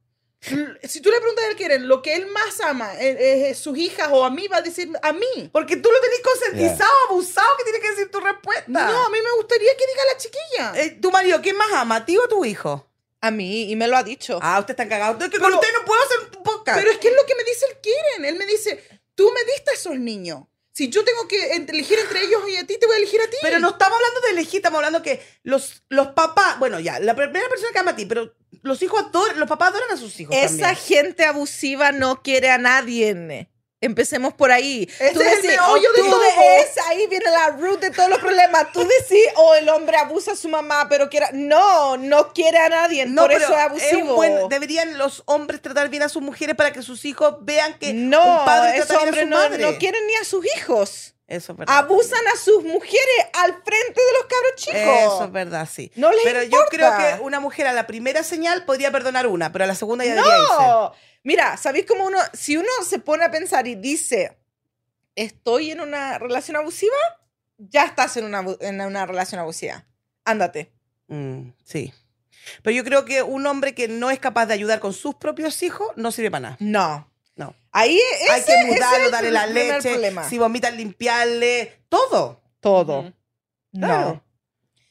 L- Si tú le preguntas a él quién es, lo que él más ama es, es- es sus hijas o a mí, va a decir a mí.
Porque tú lo tenés concientizado, abusado, que tienes que decir tu respuesta.
No, a mí me gustaría que diga la chiquilla.
Eh, tu marido, ¿quién más ama, a ti o a tu hijo?
A mí, y me lo ha dicho.
Ah, usted está cagado. Entonces, que con usted no puedo hacer un podcast.
Pero es que es lo que me dice el Quieren. Él me dice, tú me diste a esos niños. Si yo tengo que entre- elegir entre ellos y a ti, te voy a elegir a ti.
Pero no estamos hablando de elegir, estamos hablando que los, los papás, bueno, ya, la primera persona que ama a ti, pero los hijos adoran, los papás adoran a sus hijos.
pues
Esa
también.
gente abusiva no quiere a nadie. Empecemos por ahí.
Ese es el meollo de
tú
todo.
es- ahí viene la root de todos los problemas. Tú decís, oh, el hombre abusa a su mamá, pero quiera. No, no quiere a nadie. por
pero
eso es
es un
abusivo.
buen- deberían los hombres tratar bien a sus mujeres para que sus hijos vean que
no,
un padre
esos
trata bien a
hombres
su
no,
madre.
no quieren ni a sus hijos.
Eso es verdad.
Abusan a sus mujeres al frente de los cabros chicos.
Eso es verdad, sí.
No les
pero yo
importa.
creo que una mujer a la primera señal podría perdonar una, pero a la segunda ya debería irse.
No, mira, ¿sabéis cómo uno, si uno se pone a pensar y dice, estoy en una relación abusiva, ya estás en una, abu- en una relación abusiva. Ándate.
Mm, sí. Pero yo creo que un hombre que no es capaz de ayudar con sus propios hijos no sirve para nada.
No.
No.
Ahí ese,
Hay que mudarlo,
ese
darle
es
la
el primer
leche,
problema.
si vomitan, limpiarle, todo.
Todo.
Ujú.
No.
Claro.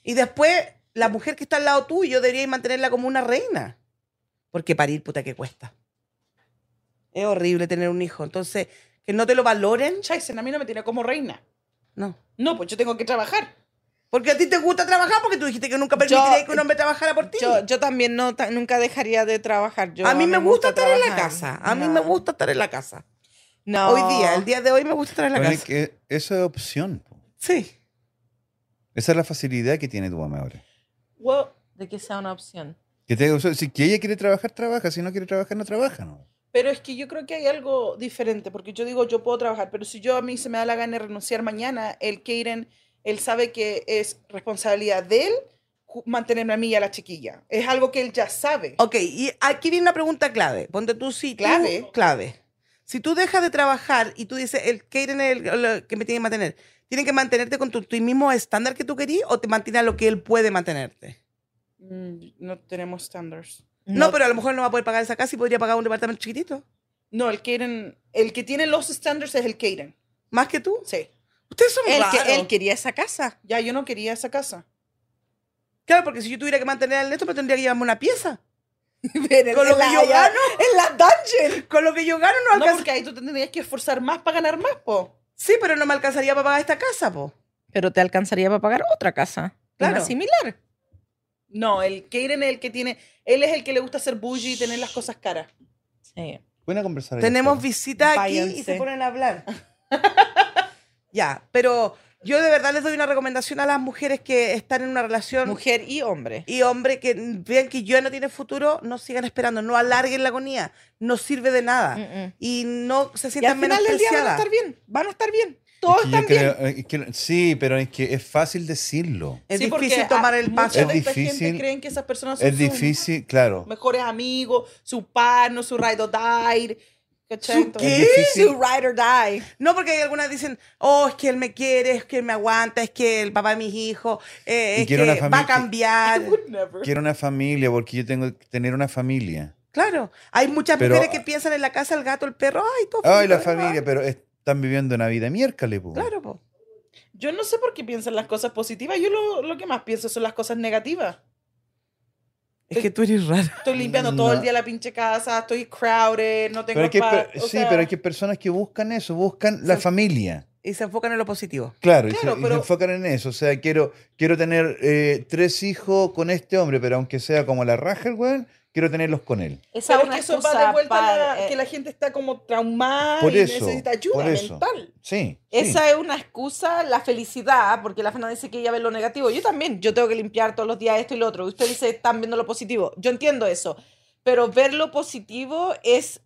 Y después, la mujer que está al lado tuyo debería mantenerla como una reina. Porque parir, puta, que cuesta. Es horrible tener un hijo. Entonces, que no te lo valoren,
Chaisen, a mí no me tiene como reina.
no.
No, pues yo tengo que trabajar.
Porque a ti te gusta trabajar, porque tú dijiste que nunca permitirías que un hombre trabajara por ti.
eh, Yo, yo también no, ta- nunca dejaría de trabajar. Yo,
a mí me gusta, estar en la
trabajar.
casa. A mí
No.
me gusta estar en la casa.
No.
Hoy día, el día de hoy me gusta estar en la
Bueno, es
casa.
que eso es opción. po.
Sí.
Esa es la facilidad que tiene tu mamá ahora.
De que sea una opción.
Que te, o sea, si que ella quiere trabajar, trabaja. Si no quiere trabajar, no trabaja. ¿no?
Pero es que yo creo que hay algo diferente, porque yo digo, yo puedo trabajar, pero si yo a mí se me da la gana de renunciar mañana, el Keiren, él sabe que es responsabilidad de él cu- mantenerme a mí y a la chiquilla. Es algo que él ya sabe.
Ok, y aquí viene una pregunta clave. Ponte tú si tú-
Clave.
clave. Si tú dejas de trabajar y tú dices, el que ir en el, lo que me tiene que mantener, ¿tienen que mantenerte con tu, tu mismo estándar que tú querías o te mantiene a lo que él puede mantenerte?
Mm, No tenemos standards.
No, pero a lo mejor no va a poder pagar esa casa y podría pagar un departamento chiquitito.
No, el Keiren, el que tiene los standards es el Keiren.
¿Más que tú?
Sí.
Ustedes son
él,
raros.
que, él quería esa casa.
Ya yo no quería esa casa.
Claro, porque si yo tuviera que mantener al neto, me tendría que llevarme una pieza.
Pero
Con
en
lo que
la-
yo
allá-
gano.
En la dungeon.
Con lo que yo gano no
No,
alcanza.
porque ahí tú te tendrías que esforzar más para ganar más, po.
Sí, pero no me alcanzaría para pagar esta casa, po.
pero te alcanzaría para pagar otra casa.
Claro.
Una similar.
No, el Keiren es el que tiene, él es el que le gusta hacer bully y tener las cosas caras.
Sí.
Buena conversar.
Tenemos visitas aquí y se
Váyanse.
ponen a hablar. ya, pero yo de verdad les doy una recomendación a las mujeres que están en una relación
Mujer y hombre.
y hombre que vean que yo no tiene futuro, no sigan esperando, no alarguen la agonía, no sirve de nada
Mm-mm.
y no se
Mm. Y al
sientan
final del día van a
menospreciadas.
estar bien. Van a estar bien.
Es
Todos
que yo
están bien.
creo- eh, es que- sí, pero es que es fácil decirlo.
Es
Sí, porque
difícil
a-
tomar el
mucha
paso.
Es
de esta
difícil-
gente creen que esas personas son
Es
sus
difícil, claro.
mejores amigos, su partner, su ride or die. ¿Cachai?
¿Su
Entonces,
qué?
Es difícil.
Do ride or die.
No, porque hay algunas dicen, oh, es que él me quiere, es que él me aguanta, es que el papá de mis hijos, eh,
Y
es
quiero una
que va a
familia que-
cambiar.
I would never.
Quiero una familia porque yo tengo que tener una familia.
Claro, hay muchas
Pero-
mujeres que piensan en la casa, el gato, el perro, ay, todo.
Ay, la
feliz,
familia, pero están viviendo una vida miércoles, po.
Claro, po.
Yo no sé por qué piensan las cosas positivas. Yo lo, lo que más pienso son las cosas negativas.
Es que tú eres rara.
Estoy limpiando todo
No.
el día la pinche casa, estoy crowded, no tengo
Pero hay que,
pa-
per-
o
sí,
sea,
pero hay que personas que buscan eso, buscan la
Sí.
familia.
Y se enfocan en lo positivo.
Claro, y se-
Claro,
y se,
pero-
enfocan en eso. O sea, quiero, quiero tener eh, tres hijos con este hombre, pero aunque sea como la raja el weón, quiero tenerlos con él.
Esa
pero
es una eh.
es que eso va
excusa
de vuelta a la-
para-
que la gente está como traumada
Por
y
eso,
necesita ayuda
por eso.
mental.
Sí. sí.
Esa es una excusa, la felicidad, porque la Fernanda dice que ella ve lo negativo. Yo también, yo tengo que limpiar todos los días esto y lo otro. Usted dice, están viendo lo positivo. Yo entiendo eso, pero ver lo positivo es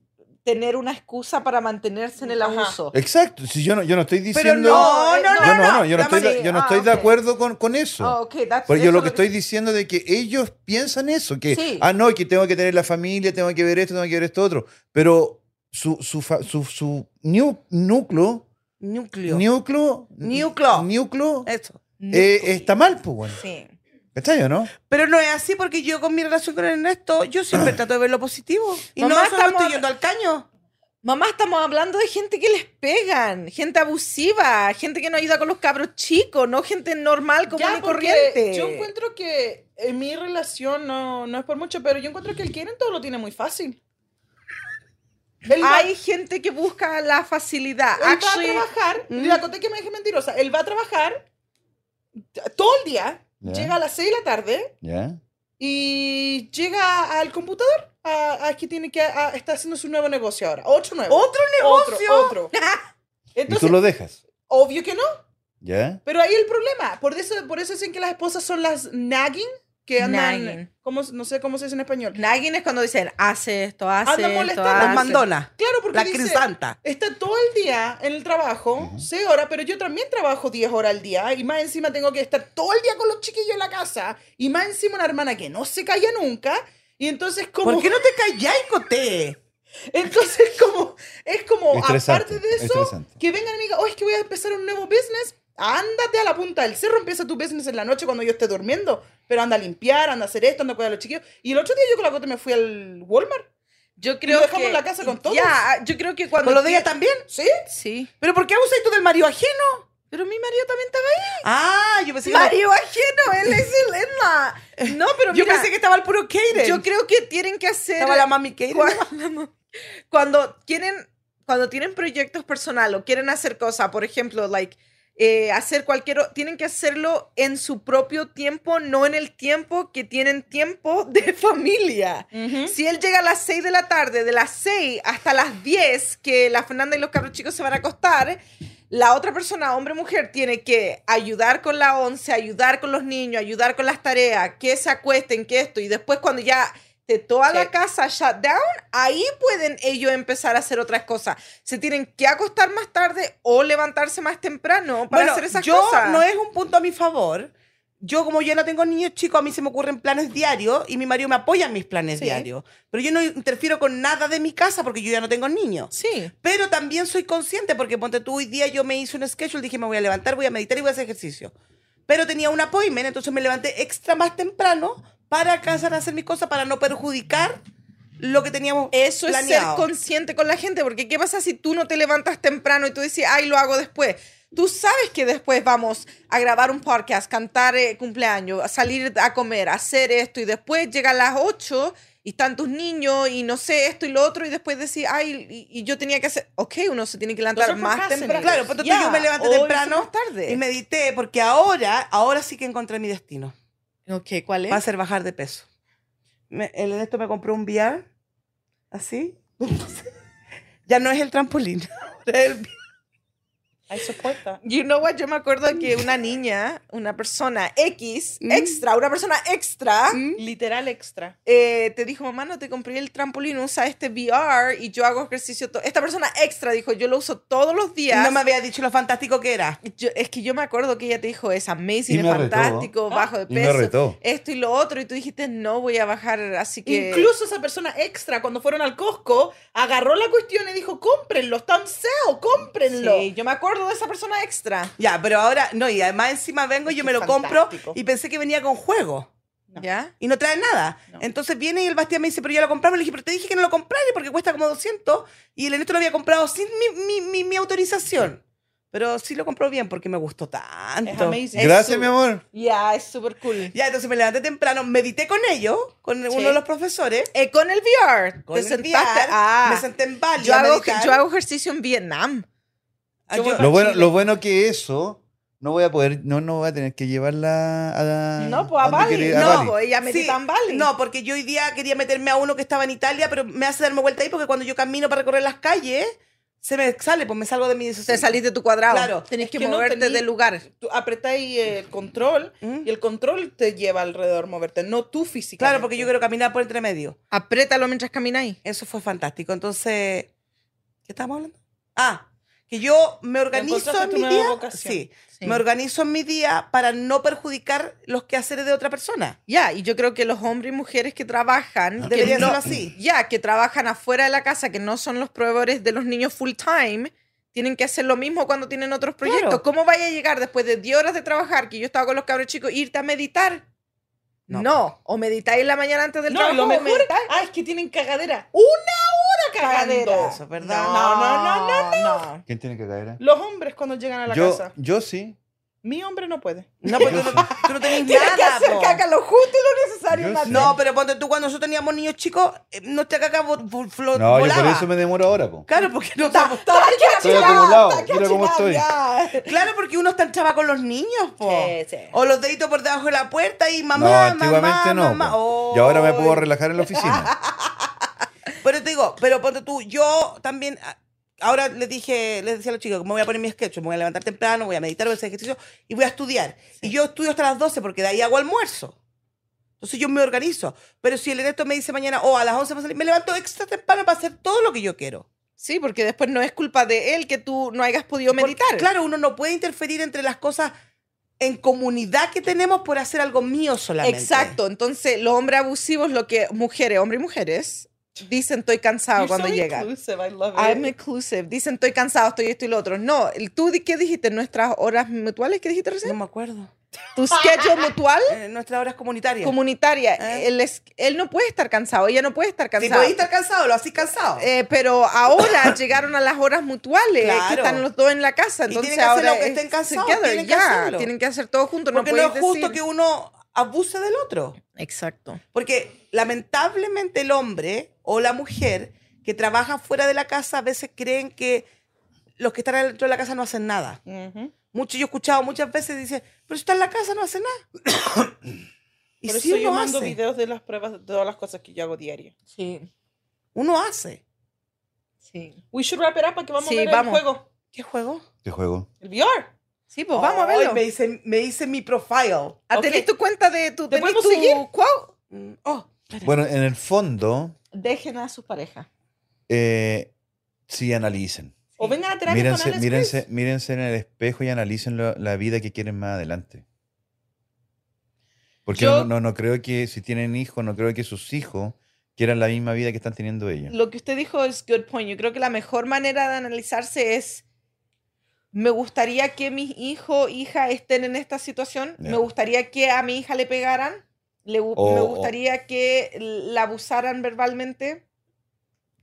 tener una excusa para mantenerse en el
Ajá.
abuso.
Exacto. Si yo no, yo no estoy diciendo.
Pero no,
eh,
no, no,
yo no,
no.
no, yo no
la
estoy,
Mari-
de- yo no
ah,
estoy de
ok.
acuerdo con, con eso.
Ah, ok, that's-
Pero
eso
yo lo que
es
estoy diciendo de que ellos piensan eso, que,
Sí.
ah, no, que tengo que tener la familia, tengo que ver esto, tengo que ver esto otro. Pero su, su, fa- su, su niu- núcleo,
Núcleo.
núcleo,
Núcleo.
núcleo,
Eso.
eh, está mal, pues, bueno.
Sí.
¿Está yo, no?
Pero no es así porque yo con mi relación con Ernesto, yo siempre trato de ver lo positivo. Y
Mamá,
no solo
estamos-
estoy yendo al caño.
Mamá, estamos hablando de gente que les pegan, gente abusiva, gente que no ayuda con los cabros chicos, no gente normal, común
Ya,
y
porque
corriente.
Yo encuentro que en mi relación no, no es por mucho, pero yo encuentro que el quieren todo lo tiene muy fácil. Él va-
Hay gente que busca la facilidad.
Él
Actually,
va a trabajar,
Mm.
la conté que me dejé mentirosa, él va a trabajar t- todo el día,
Ya.
llega a las 6 de la tarde
¿Ya?
y llega al computador a, a que tiene que a- a- está haciendo su nuevo negocio ahora, otro nuevo.
¿Otro negocio?
Otro, otro.
Y
Entonces,
tú lo dejas.
obvio que no,
¿Ya?
pero ahí el problema, por eso por eso dicen que las esposas son las nagging que andan
Nagging.
¿cómo- no sé cómo se dice en español.
Nagging es cuando dicen, hace esto, hace
Anda
esto,
molestando,
hace
Las mandonas.
Claro, porque
La
dice,
crisanta.
Está todo el día en el trabajo,
Ujú.
6 horas, pero yo también trabajo 10 horas al día y más encima tengo que estar todo el día con los chiquillos en la casa y más encima una hermana que no se calla nunca y entonces como
¿Por qué no te calláis, Coté?
entonces como es como
Estresante,
aparte de eso
estresante.
que vengan y me digan, "Oh, es que voy a empezar un nuevo business." Ándate a la punta del cerro, empieza tu business en la noche cuando yo esté durmiendo, pero anda a limpiar, anda a hacer esto, anda a cuidar a los chiquillos. Y el otro día yo con la Cote me fui al Walmart.
Yo creo
dejamos
que.
la casa con todos.
Ya, yo creo que cuando.
¿Con los de ella también?
¿Sí?
Sí.
¿Pero por qué abusáis tú del marido ajeno?
Pero mi marido también estaba ahí.
Ah, yo pensé que...
Mario ajeno, él es el en la- No, pero
yo
mira,
pensé que estaba el puro Kaden.
yo creo que tienen que hacer.
Estaba la mami Kaden.
cuando, cuando quieren cuando tienen proyectos personales o quieren hacer cosas, por ejemplo, like eh, hacer cualquier, o- tienen que hacerlo en su propio tiempo, no en el tiempo que tienen tiempo de familia. Si él llega a las 6 de la tarde, de las 6 hasta las 10, que la Fernanda y los cabros chicos se van a acostar, la otra persona, hombre o mujer, tiene que ayudar con la 11, ayudar con los niños, ayudar con las tareas, que se acuesten, que esto, y después cuando ya de toda la
Sí.
casa shut down, ahí pueden ellos empezar a hacer otras cosas. Se tienen que acostar más tarde o levantarse más temprano para hacer esas
yo
cosas.
no es un punto a mi favor. Yo, como yo no tengo niños chicos, a mí se me ocurren planes diarios y mi marido me apoya en mis planes
Sí.
diarios. Pero yo no interfiero con nada de mi casa porque yo ya no tengo niños.
Sí.
Pero también soy consciente porque ponte tú, hoy día yo me hice un schedule, dije me voy a levantar, voy a meditar y voy a hacer ejercicio. Pero tenía un appointment, entonces me levanté extra más temprano para alcanzar a hacer mis cosas, para no perjudicar lo que teníamos
Eso
planeado.
es ser consciente con la gente, porque ¿qué pasa si tú no te levantas temprano y tú dices, ay, lo hago después? Tú sabes que después vamos a grabar un podcast, cantar eh, cumpleaños, a salir a comer, a hacer esto, y después llega a las 8 y están tus niños y no sé esto y lo otro, y después decís, ay, y, y yo tenía que hacer. Ok, uno se tiene que levantar
Entonces,
más
procrastinate.
temprano.
Claro, pero
Ya,
yo me levanté
o irse
temprano
Más tarde.
y medité porque ahora, ahora sí que encontré mi destino.
Ok, ¿cuál
Va a
es?
ser bajar de peso. Me- el Ernesto me compró un VR, así. ya no es el trampolín. ahora es el-
Ahí se cuesta.
You know what? Yo me acuerdo que una niña, una persona X,
Mm.
extra, una persona extra,
Literal extra.
eh, te dijo, mamá, no te compré el trampolín, usa este VR y yo hago ejercicio. to-". Esta persona extra dijo, yo lo uso todos los días.
No me había dicho lo fantástico que era.
Yo- es que yo me acuerdo que ella te dijo, es
Y
amazing,
me
es
retó,
fantástico, bajo de
Y me
peso,
retó.
esto y lo otro. Y tú dijiste, no voy a bajar, así que...
Incluso esa persona extra, cuando fueron al Costco, agarró la cuestión y dijo, cómprenlo, está en sale, cómprenlo.
Sí, yo me acuerdo de esa persona extra.
Ya, pero ahora, no, y además encima vengo, yo
Qué
me lo
fantástico.
compro y pensé que venía con juego.
No.
¿Ya?
Y no trae nada.
No.
Entonces viene y el Bastián me dice, pero ya lo compramos. Le dije, pero te dije que no lo comprara porque cuesta como 200. Y el Ernesto lo había comprado sin mi, mi- mi- mi autorización. Pero sí lo compró bien porque me gustó
Es
tanto.
amazing.
Gracias,
Eso.
mi amor.
Ya, es súper cool.
Ya, entonces me levanté temprano, medité con ellos, con uno de los profesores.
Eh, con el VR,
Con
te
el
sentaste.
VR,
ah,
me senté en Bali.
yo,
a
hago,
meditar.
yo hago ejercicio en Vietnam.
Ah,
yo
yo-
voy
Lo bueno, lo bueno que eso no voy a poder, no, no voy a tener que llevarla a la-
No,
Ah,
pues a
donde
Bali.
quiere- a
no,
Bali.
pues ella me
Sí,
tan Bali.
No, porque yo hoy día quería meterme a uno que estaba en Italia, pero me hace darme vuelta ahí porque cuando yo camino para recorrer las calles, se me sale, pues me salgo de mi
Te
disociación.
salís de tu cuadrado.
Claro,
tenés
es
que,
que no
moverte
tení-
del lugar.
Tú apretáis el control
¿Mm?
y el control te lleva alrededor moverte, no tú físicamente.
Claro, porque yo quiero caminar por entre medio.
Apriétalo mientras camináis.
Eso fue fantástico. Entonces, ¿qué estábamos hablando? Ah, que yo me organizo
encontraste
en
tu
mi
nueva
día.
vocación.
Sí,
Sí.
me organizo en mi día para no perjudicar los quehaceres de otra persona. Ah.
Ya, y yo creo que los hombres y mujeres que trabajan, que
Debería
no-
ser así.
ya, que trabajan afuera de la casa, que no son los proveedores de los niños full time, tienen que hacer lo mismo cuando tienen otros proyectos.
Claro.
¿Cómo vaya a llegar después de 10 horas de trabajar, que yo estaba con los cabros chicos, irte a meditar? No.
No.
o meditáis la mañana antes del
No,
trabajo.
y lo
o
mejor,
meditáis-
ah, es que tienen cagadera. Una hora
Cagadera.
cagadera.
Eso, ¿verdad?
No, no, no, no, no.
¿Quién tiene que caer? eh?
Los hombres cuando llegan a la
Yo,
casa.
yo sí.
Mi hombre no puede.
No, pues tú, no- tú no tenés
Tienes que
nada.
hacer
po.
caca lo justo y lo necesario.
Yo
Nati.
sé.
No, pero ponte tú, cuando nosotros teníamos niños chicos, eh, nuestra caca vo- vo- flo-
No, yo por
volaba.
eso me demoro ahora, po.
Claro, porque no estamos
Está
Estoy
cachilada,
acumulado,
está
mira cómo estoy.
cachilada, ya.
Claro, porque uno está en chava con los niños, po.
Sí, sí.
O los deditos por debajo de la puerta y mamá,
no, antiguamente
mamá,
no.
mamá. Oh.
po. Y ahora me puedo
Ay.
relajar en la oficina.
Pero te digo, pero ponte tú, yo también. ah, Ahora les dije, les decía a los chicos que me voy a poner mi sketch, me voy a levantar temprano, voy a meditar, voy a hacer ejercicio y voy a estudiar. Y yo estudio hasta las 12 porque de ahí hago almuerzo. Entonces yo me organizo. Pero si el Ernesto me dice mañana, oh, a las 11 va a salir, me levanto extra temprano para hacer todo lo que yo quiero.
Sí, porque después no es culpa de él que tú no hayas podido
Porque,
meditar.
claro, uno no puede interferir entre las cosas en comunidad que tenemos por hacer algo mío solamente.
Exacto. Entonces, los hombres abusivos, lo que mujeres, hombres y mujeres, dicen estoy cansado cuando llegan.
Ah,
I'm inclusive. Dicen estoy cansado, estoy esto y lo otro. No, el- ¿tú di- qué dijiste? ¿Nuestras horas mutuales? ¿Qué dijiste
No
recién?
me acuerdo.
¿Tu schedule mutual?
Eh, nuestra hora es comunitaria.
Comunitaria.
¿Eh?
Él, es- él no puede estar cansado, ella no puede estar
si
cansada.
podéis estar cansado, lo hacís cansado.
Eh, pero ahora llegaron a las horas mutuales
Claro.
que están los dos en la casa.
Y tienen
Entonces
que hacer
ahora
lo que
es
estén cansados,
together,
tienen que
ya,
hacerlo.
tienen que hacer todo junto.
Porque no,
no,
es justo que uno abuse del otro.
Exacto.
Porque lamentablemente el hombre o la mujer que trabaja fuera de la casa a veces creen que los que están dentro de la casa no hacen nada. Mucho yo he escuchado muchas veces dice, pero si está en la casa no hace nada. y
Por
sí
eso yo
uno
mando
hace.
videos de las pruebas de todas las cosas que yo hago diaria.
Sí,
Uno hace.
sí.
We should wrap it up porque vamos
Sí,
a ver
vamos.
el juego.
¿Qué juego?
Te juego.
El VR.
Sí, pues vamos a verlo.
Ay, me dice, me dice mi profile.
Ah,
Ah, ¿Tenés
ok.
tu cuenta de tu...
¿Te
tenés
podemos
tu-
seguir?
cuau?
Mm, Oh,
Bueno, en el fondo,
Dejen a sus parejas.
eh, sí analicen.
O vengan a terapia con
Mírense,
Alex
mírense,
Cruz.
mírense en el espejo y analicen lo- la vida que quieren más adelante. Porque
Yo-
no, no, no creo que si tienen hijos, no creo que sus hijos quieran la misma vida que están teniendo ellos.
Lo que usted dijo es good point. Yo creo que la mejor manera de analizarse es me gustaría que mis hijos, hija estén en esta situación.
Ya.
Me gustaría que a mi hija le pegaran. Le gu-
O-
me
o-
gustaría que la abusaran verbalmente.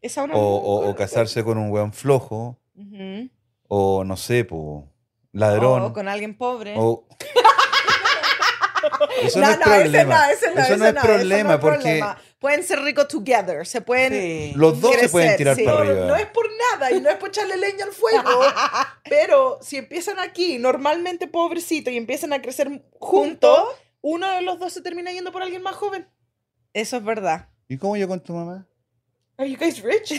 Esa es una
O, o- o casarse con un weón flojo,
Ujú.
o no sé, po,
O
ladrón.
Oh, con alguien pobre.
o- Eso no,
no,
es
no, ese no,
problema.
ese
Eso
no, ese
no es
no,
problema,
ese no es
porque
problema. pueden ser ricos together, se pueden
sí.
los dos se
crecer,
pueden tirar
sí.
para
No,
arriba.
no es por nada y no es por echarle leña al fuego, pero si empiezan aquí normalmente pobrecito y empiezan a crecer juntos, uno de los dos se termina yendo por alguien más joven.
Eso es verdad.
¿Y cómo yo con tu mamá?
Are you guys rich?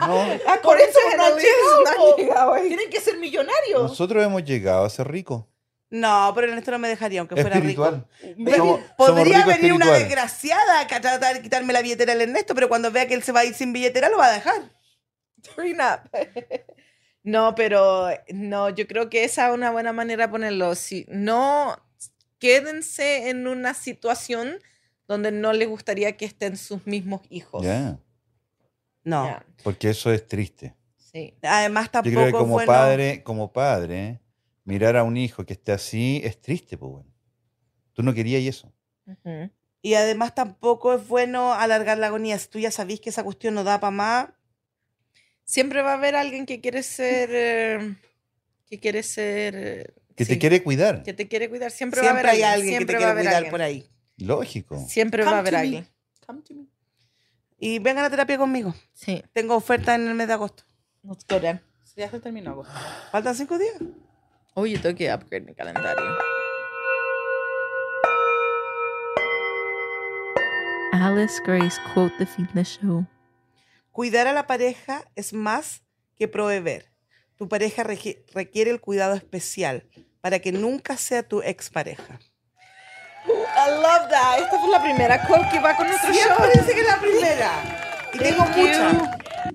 No,
Ah,
Por eso no han llegado,
po.
no han llegado ahí.
Tienen que ser millonarios.
nosotros hemos llegado a ser ricos.
No, pero en esto no me dejaría, aunque fuera rico.
Espiritual.
Ven-
Somos- somos
podría
ricos
venir una
espirituales.
desgraciada a tratar de quitarme la billetera al Ernesto, pero cuando vea que él se va a ir sin billetera lo va a dejar.
Green up. No, pero no, yo creo que esa es una buena manera de ponerlo. Si no, quédense en una situación donde no les gustaría que estén sus mismos hijos.
Ya,
No.
Ya,
porque eso es triste.
sí.
Además
Yo
tampoco
creo que
es
como
bueno.
padre, como padre, mirar a un hijo que esté así es triste, pues bueno. Tú no querías y eso.
Ujú.
Y además tampoco es bueno alargar la agonía. Si tú ya sabís que esa cuestión no da para más,
Siempre va a haber alguien que quiere ser, eh, que quiere ser, eh,
Que te
sí,
quiere cuidar.
que te quiere cuidar. Siempre,
siempre,
va a
hay
haber
alguien que
siempre
te
va a
quiere
haber
cuidar
alguien.
por ahí.
Lógico.
Siempre va a
Come
haber
to me.
alguien.
Come to me. Y vengan a terapia conmigo.
Sí,
Tengo oferta en el mes de agosto.
nos corren.
Ya se terminó.
Faltan cinco días.
Oye, tengo que upgrade mi calendario.
Alice Grace quote the fin de show.
Cuidar a la pareja es más que proveer. Tu pareja requi- requiere el cuidado especial para que nunca sea tu expareja.
I love that. Esta fue la primera call que va con nuestro show.
Siempre dice que es la primera. Y tengo muchas.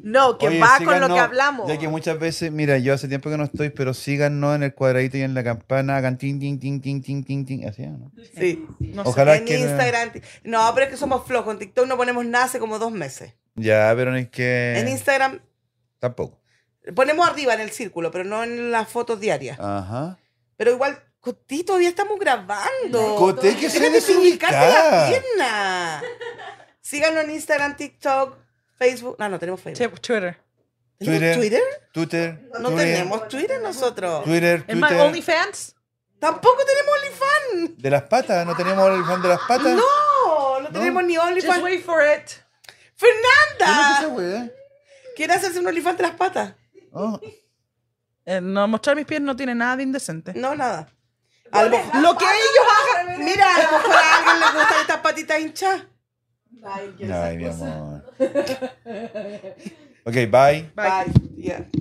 No, que
Oye,
va con lo
síganos,
que hablamos.
Ya que muchas veces, mira, yo hace tiempo que no estoy, pero síganos en el cuadradito y en la campana, hagan tin, tin, tin, tin, tin, tin, tin, así, ¿no?
Sí.
No sé.
Ojalá
en
que...
Instagram. ti- No, pero es que somos flojos. En TikTok no ponemos nada hace como dos meses.
Ya, pero no es que...
En Instagram
Tampoco.
ponemos arriba en el círculo, pero no en las fotos diarias.
Ajá.
Pero igual, Coti, todavía estamos grabando.
Coté, que se
Déjate piñicaste la
desubicada.
pierna. Síganos en Instagram, TikTok, Facebook. Ah, No, no tenemos Facebook.
pues, Twitter.
Twitter.
¿Tenemos Twitter?
Twitter.
No
Twitter,
tenemos Twitter nosotros.
Twitter,
En my
Twitter.
OnlyFans.
Tampoco tenemos OnlyFans.
¿De las patas? ¿No tenemos el fan de las patas?
No, no tenemos ni
Just
OnlyFans.
wait for it.
¿Cómo es esa
¡Fernanda!
weá?
¿Quiere hacerse un OnlyFans de las patas?
Oh,
Eh, no, mostrar mis pies no tiene nada de indecente.
No, nada. Algo, lo que ellos hagan. Mira, a lo mejor a alguien le gustan estas patitas hinchas.
ay, mi amor. Ok, bye.
Bye.
Bye. Yeah.